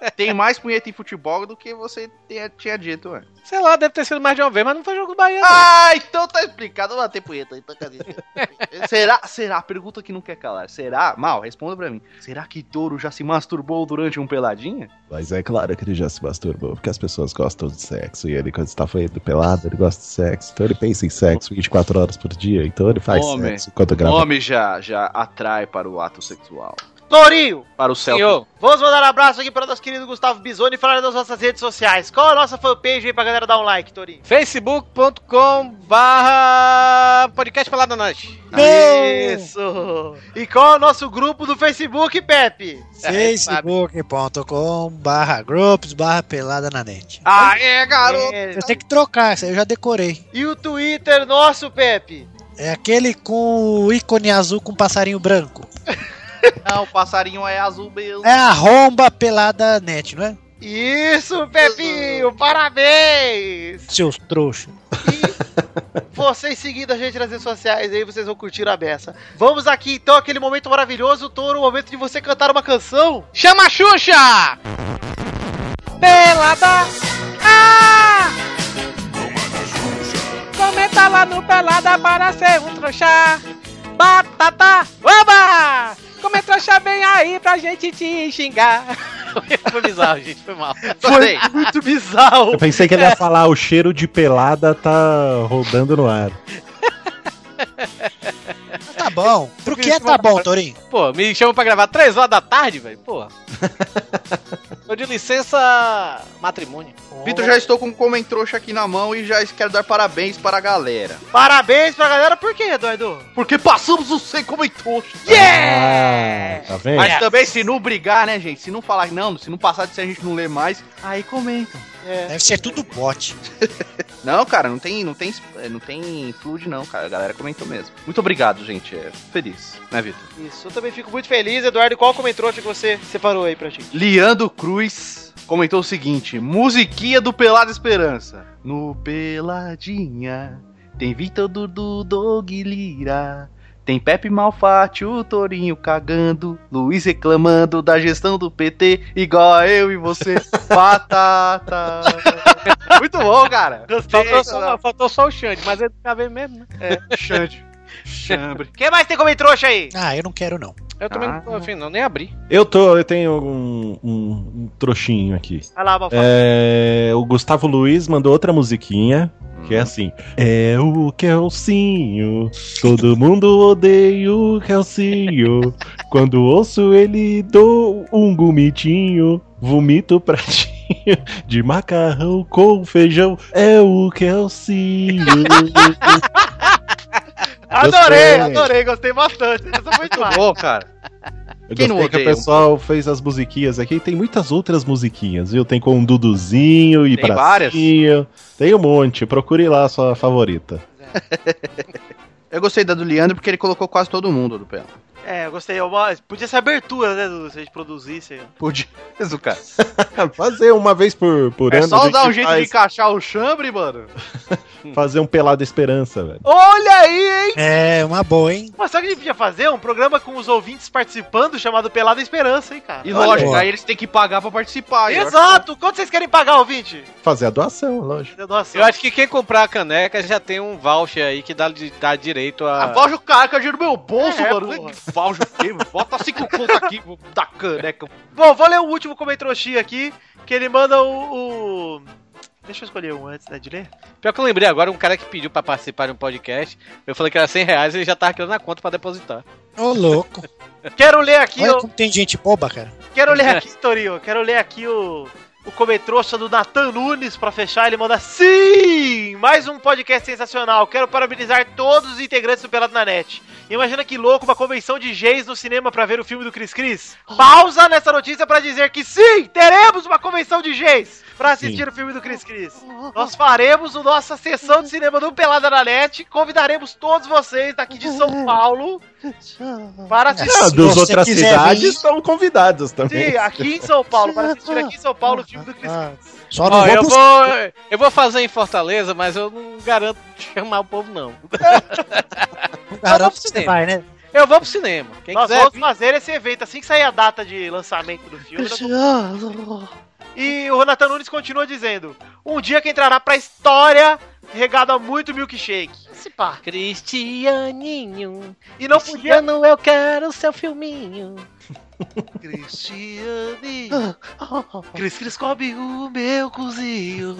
[SPEAKER 6] "É, Tem mais punheta em futebol do que você tinha, tinha dito antes.
[SPEAKER 7] Sei lá, deve ter sido mais de uma vez, mas não foi jogo do Bahia. não.
[SPEAKER 6] *laughs* Ah, então tá explicado. Não tem punheta, então cadê? *laughs* será, será, pergunta que não quer calar. Será, mal, responda pra mim. Será que Touro já se masturbou durante um peladinha?
[SPEAKER 4] Mas é claro que ele já se masturbou, porque as pessoas gostam de sexo. E ele, quando está fazendo pelado, ele gosta de sexo. Então ele pensa em sexo 24 horas por dia. Então ele faz
[SPEAKER 6] Homem.
[SPEAKER 4] sexo enquanto
[SPEAKER 6] O
[SPEAKER 4] grava.
[SPEAKER 6] homem já, já atrai para o ato sexual.
[SPEAKER 3] Torinho,
[SPEAKER 6] Para o céu.
[SPEAKER 7] Senhor,
[SPEAKER 3] vamos mandar um abraço aqui para o nosso querido Gustavo Bisoni e falar das nossas redes sociais. Qual a nossa fanpage aí pra galera dar um like, Torinho?
[SPEAKER 7] facebook.com barra podcast pelada noite.
[SPEAKER 3] Isso! E qual é o nosso grupo do Facebook, Pepe?
[SPEAKER 5] facebook.com barra groups barra pelada na net.
[SPEAKER 6] Aê, Ah, garoto!
[SPEAKER 3] É,
[SPEAKER 5] Eu tenho que trocar, isso aí eu já decorei.
[SPEAKER 3] E o Twitter nosso, Pepe?
[SPEAKER 5] É aquele com o ícone azul com passarinho branco.
[SPEAKER 6] Não, o passarinho é azul mesmo.
[SPEAKER 5] É arromba pelada net, não é?
[SPEAKER 3] Isso, Pepinho! Parabéns!
[SPEAKER 5] Seus trouxa.
[SPEAKER 3] Vocês seguindo a gente nas redes sociais aí, vocês vão curtir a beça. Vamos aqui então, aquele momento maravilhoso, Toro, o momento de você cantar uma canção.
[SPEAKER 7] Chama a Xuxa!
[SPEAKER 13] Pelada! Ah! Comenta lá no Pelada para ser um trouxa! Batata! Oba! Como é trouxa, vem aí pra gente te xingar!
[SPEAKER 7] foi bizarro, gente, foi mal.
[SPEAKER 3] Foi muito bizarro.
[SPEAKER 4] Eu pensei que
[SPEAKER 6] *laughs*
[SPEAKER 4] ele ia falar, o cheiro de pelada tá rodando no ar.
[SPEAKER 5] Tá bom. Pro que é tá bom, Torinho?
[SPEAKER 7] Pô, me chamam pra gravar 3 horas da tarde,
[SPEAKER 3] *laughs*
[SPEAKER 7] velho? Porra. Tô de licença matrimônio.
[SPEAKER 6] Vitor, já estou com um comentrouxa aqui na mão e já quero dar parabéns para a galera.
[SPEAKER 3] Parabéns pra galera, por quê, Eduardo?
[SPEAKER 6] Porque passamos os 100 comentrouxas.
[SPEAKER 4] Yeah! Ah, tá vendo?
[SPEAKER 6] Mas também, se não brigar, né, gente? Se não falar, não, se não passar de 100 a gente não lê mais, aí comentam.
[SPEAKER 5] É. Deve ser tudo bot.
[SPEAKER 6] não, cara, não tem, não tem, não tem flood, não, cara. A galera comentou mesmo. Muito obrigado, gente. É feliz, né, Vitor?
[SPEAKER 3] Isso, eu também fico muito feliz. Eduardo, qual comentrouxa que você separou aí pra gente?
[SPEAKER 6] Leandro Cruz comentou o seguinte: musiquinha do Pelada Esperança. No Peladinha tem Vitor Dudu Dog Lira. Tem Pepe Malfatti, o Torinho cagando, Luiz reclamando da gestão do PT, igual a eu e
[SPEAKER 3] *laughs*
[SPEAKER 6] você, batata. Muito bom, cara.
[SPEAKER 7] Faltou
[SPEAKER 3] tá
[SPEAKER 7] só, faltou só o Xande, mas ele tá bem mesmo, né?
[SPEAKER 6] É, Xande. Chambre.
[SPEAKER 3] Quem mais tem como trouxa aí?
[SPEAKER 5] Ah, eu não quero não.
[SPEAKER 7] Eu também ah. não tô afim, não, nem abri.
[SPEAKER 4] Eu tô, eu tenho um, um, um trouxinho aqui.
[SPEAKER 3] Vai lá,
[SPEAKER 4] é, O Gustavo Luiz mandou outra musiquinha. Hum. Que é assim, é o Kelsinho, todo mundo odeia o Kelsinho. Quando ouço ele, dou um gomitinho, vomito pra ti de macarrão com feijão é o Kelsinho.
[SPEAKER 3] adorei, adorei, gostei bastante. *laughs* Essa foi muito
[SPEAKER 6] bom, cara.
[SPEAKER 4] Eu Quem gostei que o pessoal fez as musiquinhas aqui. Tem muitas outras musiquinhas, viu? Tem com um Duduzinho e
[SPEAKER 6] Tem várias.
[SPEAKER 4] Tem um monte. Procure lá a sua favorita.
[SPEAKER 6] Eu gostei da do Leandro porque ele colocou quase todo mundo do pé.
[SPEAKER 3] É, eu gostei. Uma... Podia ser abertura, né, Dudu? Se a gente produzisse.
[SPEAKER 6] Podia. Isso, cara.
[SPEAKER 4] Fazer uma vez por, por
[SPEAKER 6] é
[SPEAKER 4] ano.
[SPEAKER 6] É só dar um jeito faz... de encaixar o chambre, mano.
[SPEAKER 4] fazer um pelado esperança, velho.
[SPEAKER 3] Olha aí, hein?
[SPEAKER 5] É, uma boa, hein?
[SPEAKER 3] Mas sabe o que a gente podia fazer? Um programa com os ouvintes participando chamado Pelada Esperança, hein, cara?
[SPEAKER 6] E lógico, Olha. aí eles têm que pagar pra participar.
[SPEAKER 3] Exato! Que... Quanto vocês querem pagar, ouvinte?
[SPEAKER 4] Fazer a doação, lógico.
[SPEAKER 7] A doação. Eu acho que quem comprar a caneca já tem um voucher aí que dá, dá direito a. A
[SPEAKER 6] voucher, cara, que é dinheiro do meu bolso, é, mano. É, Valjo, bota cinco contas aqui da caneca.
[SPEAKER 3] Bom, vou ler o último comentroxi aqui, que ele manda o, o... Deixa eu escolher um antes né, de ler.
[SPEAKER 7] Pior que eu lembrei agora, um cara que pediu pra participar de um podcast, eu falei que era 100 reais e ele já tava querendo na conta pra depositar.
[SPEAKER 5] Ô, oh, louco.
[SPEAKER 3] quero ler aqui...
[SPEAKER 5] Olha o... como tem gente boba, cara.
[SPEAKER 3] Quero ler aqui, Torinho, quero ler aqui o... O cometrouxa do Nathan Nunes, pra fechar, ele manda Sim! Mais um podcast sensacional. Quero parabenizar todos os integrantes do Pelado na Net. Imagina que louco uma convenção de gays no cinema para ver o filme do Chris Chris. Pausa nessa notícia para dizer que sim, teremos uma convenção de gays para assistir sim. o filme do Chris Chris. Nós faremos a nossa sessão de cinema do Pelada na Net, convidaremos todos vocês daqui de São Paulo para assistir.
[SPEAKER 4] Ah, dos outras cidades vir. estão convidados também.
[SPEAKER 3] Sim, aqui em São Paulo, para assistir aqui em São Paulo o filme do Chris
[SPEAKER 2] Ah.
[SPEAKER 3] Chris.
[SPEAKER 7] Só não oh, vou eu, buscar. vou, eu vou fazer em Fortaleza, mas eu não garanto chamar o povo, não.
[SPEAKER 5] não garanto que você vai, né?
[SPEAKER 7] Eu vou pro cinema. Quem
[SPEAKER 3] Nós vamos vir... fazer esse evento assim que sair a data de lançamento do filme. Vamos... e o Renatan Nunes continua dizendo: Um dia que entrará pra história regado a muito milkshake.
[SPEAKER 7] Esse pá. Cristianinho.
[SPEAKER 3] E não podia.
[SPEAKER 7] Cristiano, eu quero
[SPEAKER 5] *laughs*
[SPEAKER 7] seu filminho. *laughs*
[SPEAKER 3] Cristianinho. Cris Cris come o meu
[SPEAKER 7] *laughs*
[SPEAKER 3] cozinho.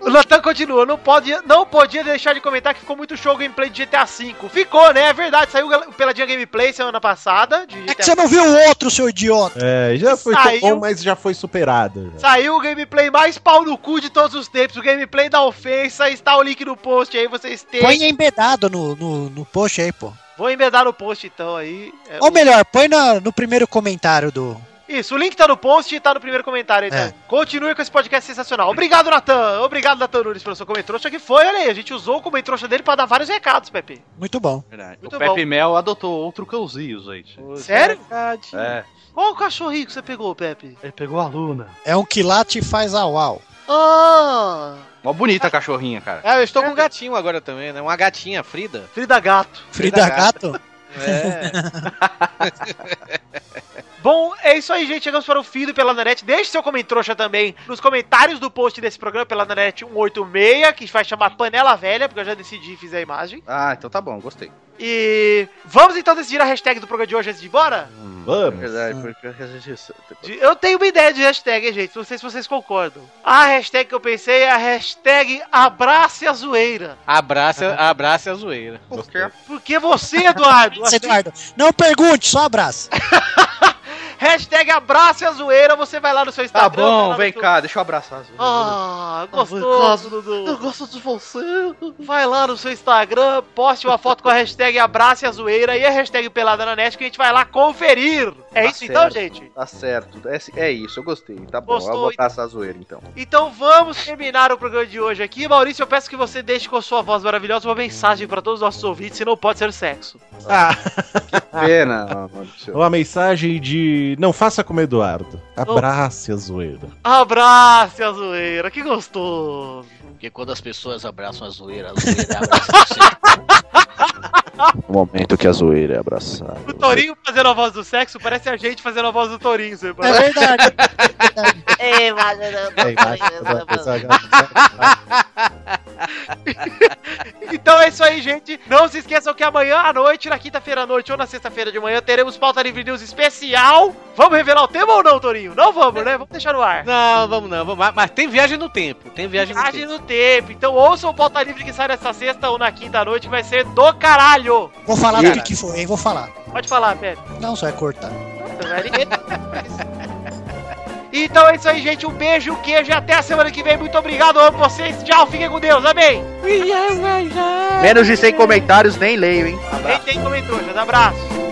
[SPEAKER 3] O Natan continua, não, pode, não podia deixar de comentar que ficou muito show o gameplay de GTA V. Ficou, né? É verdade, saiu peladinha gameplay semana passada.
[SPEAKER 5] é que você não viu o outro, seu idiota.
[SPEAKER 4] É, já foi saiu, bom, mas já foi superado. Já.
[SPEAKER 3] Saiu o gameplay mais pau no cu de todos os tempos, o gameplay da ofensa. Está o link no post aí, vocês têm.
[SPEAKER 5] Põe embedado no, no, no post aí, pô.
[SPEAKER 3] Vou embedar no post então aí.
[SPEAKER 5] É, Ou melhor, põe no, no primeiro comentário do,
[SPEAKER 3] isso, o link tá no post e tá no primeiro comentário, então. É. Continue com esse podcast sensacional. Obrigado, Natan. Obrigado, Natan Nunes, pelo seu comentrouxa que foi, olha aí. A gente usou o comentrouxa dele pra dar vários recados, Pepe.
[SPEAKER 5] Muito bom.
[SPEAKER 6] É Verdade.
[SPEAKER 5] Muito
[SPEAKER 6] o Pepe bom. Mel adotou outro cãozinho, gente.
[SPEAKER 3] Sério?
[SPEAKER 6] Verdade. É.
[SPEAKER 3] Qual o cachorrinho que
[SPEAKER 8] É.
[SPEAKER 3] você pegou, Pepe?
[SPEAKER 6] Ele pegou a Luna.
[SPEAKER 5] É um que late e faz au-au.
[SPEAKER 3] Ah!
[SPEAKER 6] Mó bonita a cachorrinha, cara.
[SPEAKER 7] Ah, eu estou com um gatinho agora também, né? Uma gatinha, Frida.
[SPEAKER 3] Frida Gato.
[SPEAKER 5] Frida, Gato?
[SPEAKER 3] É. Bom, é isso aí, gente. Chegamos para o fim do Peladonete. Deixe seu comentrouxa também nos comentários do post desse programa, Peladonete 186, que vai chamar Panela Velha, porque eu já decidi e fiz a imagem.
[SPEAKER 6] Ah, então tá bom, gostei.
[SPEAKER 3] E vamos então decidir a hashtag do programa de hoje antes de ir embora?
[SPEAKER 6] Vamos. É verdade, porque a gente...
[SPEAKER 3] De- Eu tenho uma ideia de hashtag, hein, gente. Não sei se vocês concordam. A hashtag que eu pensei é a hashtag Abrace a Zoeira.
[SPEAKER 7] Abraça, abraça a zoeira.
[SPEAKER 6] Por quê?
[SPEAKER 3] Porque você,
[SPEAKER 6] *laughs*
[SPEAKER 3] Eduardo.
[SPEAKER 5] Você, Eduardo, não pergunte, só abraço.
[SPEAKER 3] Hashtag abrace a zoeira, você vai lá no seu
[SPEAKER 6] Tá
[SPEAKER 3] Instagram. vai
[SPEAKER 6] bom,
[SPEAKER 3] lá
[SPEAKER 6] vem
[SPEAKER 3] no seu-
[SPEAKER 6] cá, deixa eu abraçar. as-
[SPEAKER 3] Ah,
[SPEAKER 2] Abraço.
[SPEAKER 3] gostoso, Dudu.
[SPEAKER 2] Eu gosto de você.
[SPEAKER 3] Vai lá no seu Instagram, poste uma foto com a hashtag abrace a zoeira e a hashtag pelada na net que a gente vai lá conferir. É
[SPEAKER 6] Tá
[SPEAKER 3] isso então,
[SPEAKER 6] certo,
[SPEAKER 3] gente?
[SPEAKER 6] Tá certo. É, é isso, eu gostei. Tá bom,
[SPEAKER 3] Gostou,
[SPEAKER 6] eu vou botar essa zoeira então.
[SPEAKER 3] Então vamos terminar o programa de hoje aqui. Maurício, eu peço que você deixe com a sua voz maravilhosa uma mensagem para todos os nossos ouvintes, se não pode ser sexo.
[SPEAKER 6] Pena,
[SPEAKER 4] Uma mensagem de não faça como Eduardo. Abrace a zoeira.
[SPEAKER 3] Abrace a zoeira, que gostoso.
[SPEAKER 14] Porque quando as pessoas abraçam a zoeira, a zoeira abraça você.
[SPEAKER 11] O momento que a zoeira é abraçada.
[SPEAKER 3] O Torinho fazendo a voz do sexo parece a gente fazendo a voz do Torinho. Você é
[SPEAKER 5] verdade.
[SPEAKER 8] É, mas eu não-
[SPEAKER 4] É,
[SPEAKER 2] né,
[SPEAKER 3] Então é isso aí, gente. Não se esqueçam que amanhã à noite, na quinta-feira à noite ou na sexta-feira de manhã, teremos pauta livre news especial. Vamos revelar o tema ou não, Torinho? Não vamos, né? Vamos deixar no ar.
[SPEAKER 7] *laughs* Não, vamos não, vamos. mas- Mas tem viagem no tempo. Tem viagem no
[SPEAKER 3] Viagem
[SPEAKER 7] tempo.
[SPEAKER 3] no tempo. Então ouçam o pauta livre que sai nessa sexta ou na quinta à noite, vai ser do caralho.
[SPEAKER 5] Vou falar do
[SPEAKER 3] Cara.
[SPEAKER 5] que, que foi, hein? Vou falar.
[SPEAKER 3] Pode falar, Pepe.
[SPEAKER 5] Não, só é cortar.
[SPEAKER 3] Então é isso aí, gente. Um beijo, um queijo e até a semana que vem. Muito obrigado, amo vocês. Tchau, fiquem com Deus. Amém.
[SPEAKER 6] Menos de 100 comentários, nem leio, hein?
[SPEAKER 3] Quem tem comentários, abraço.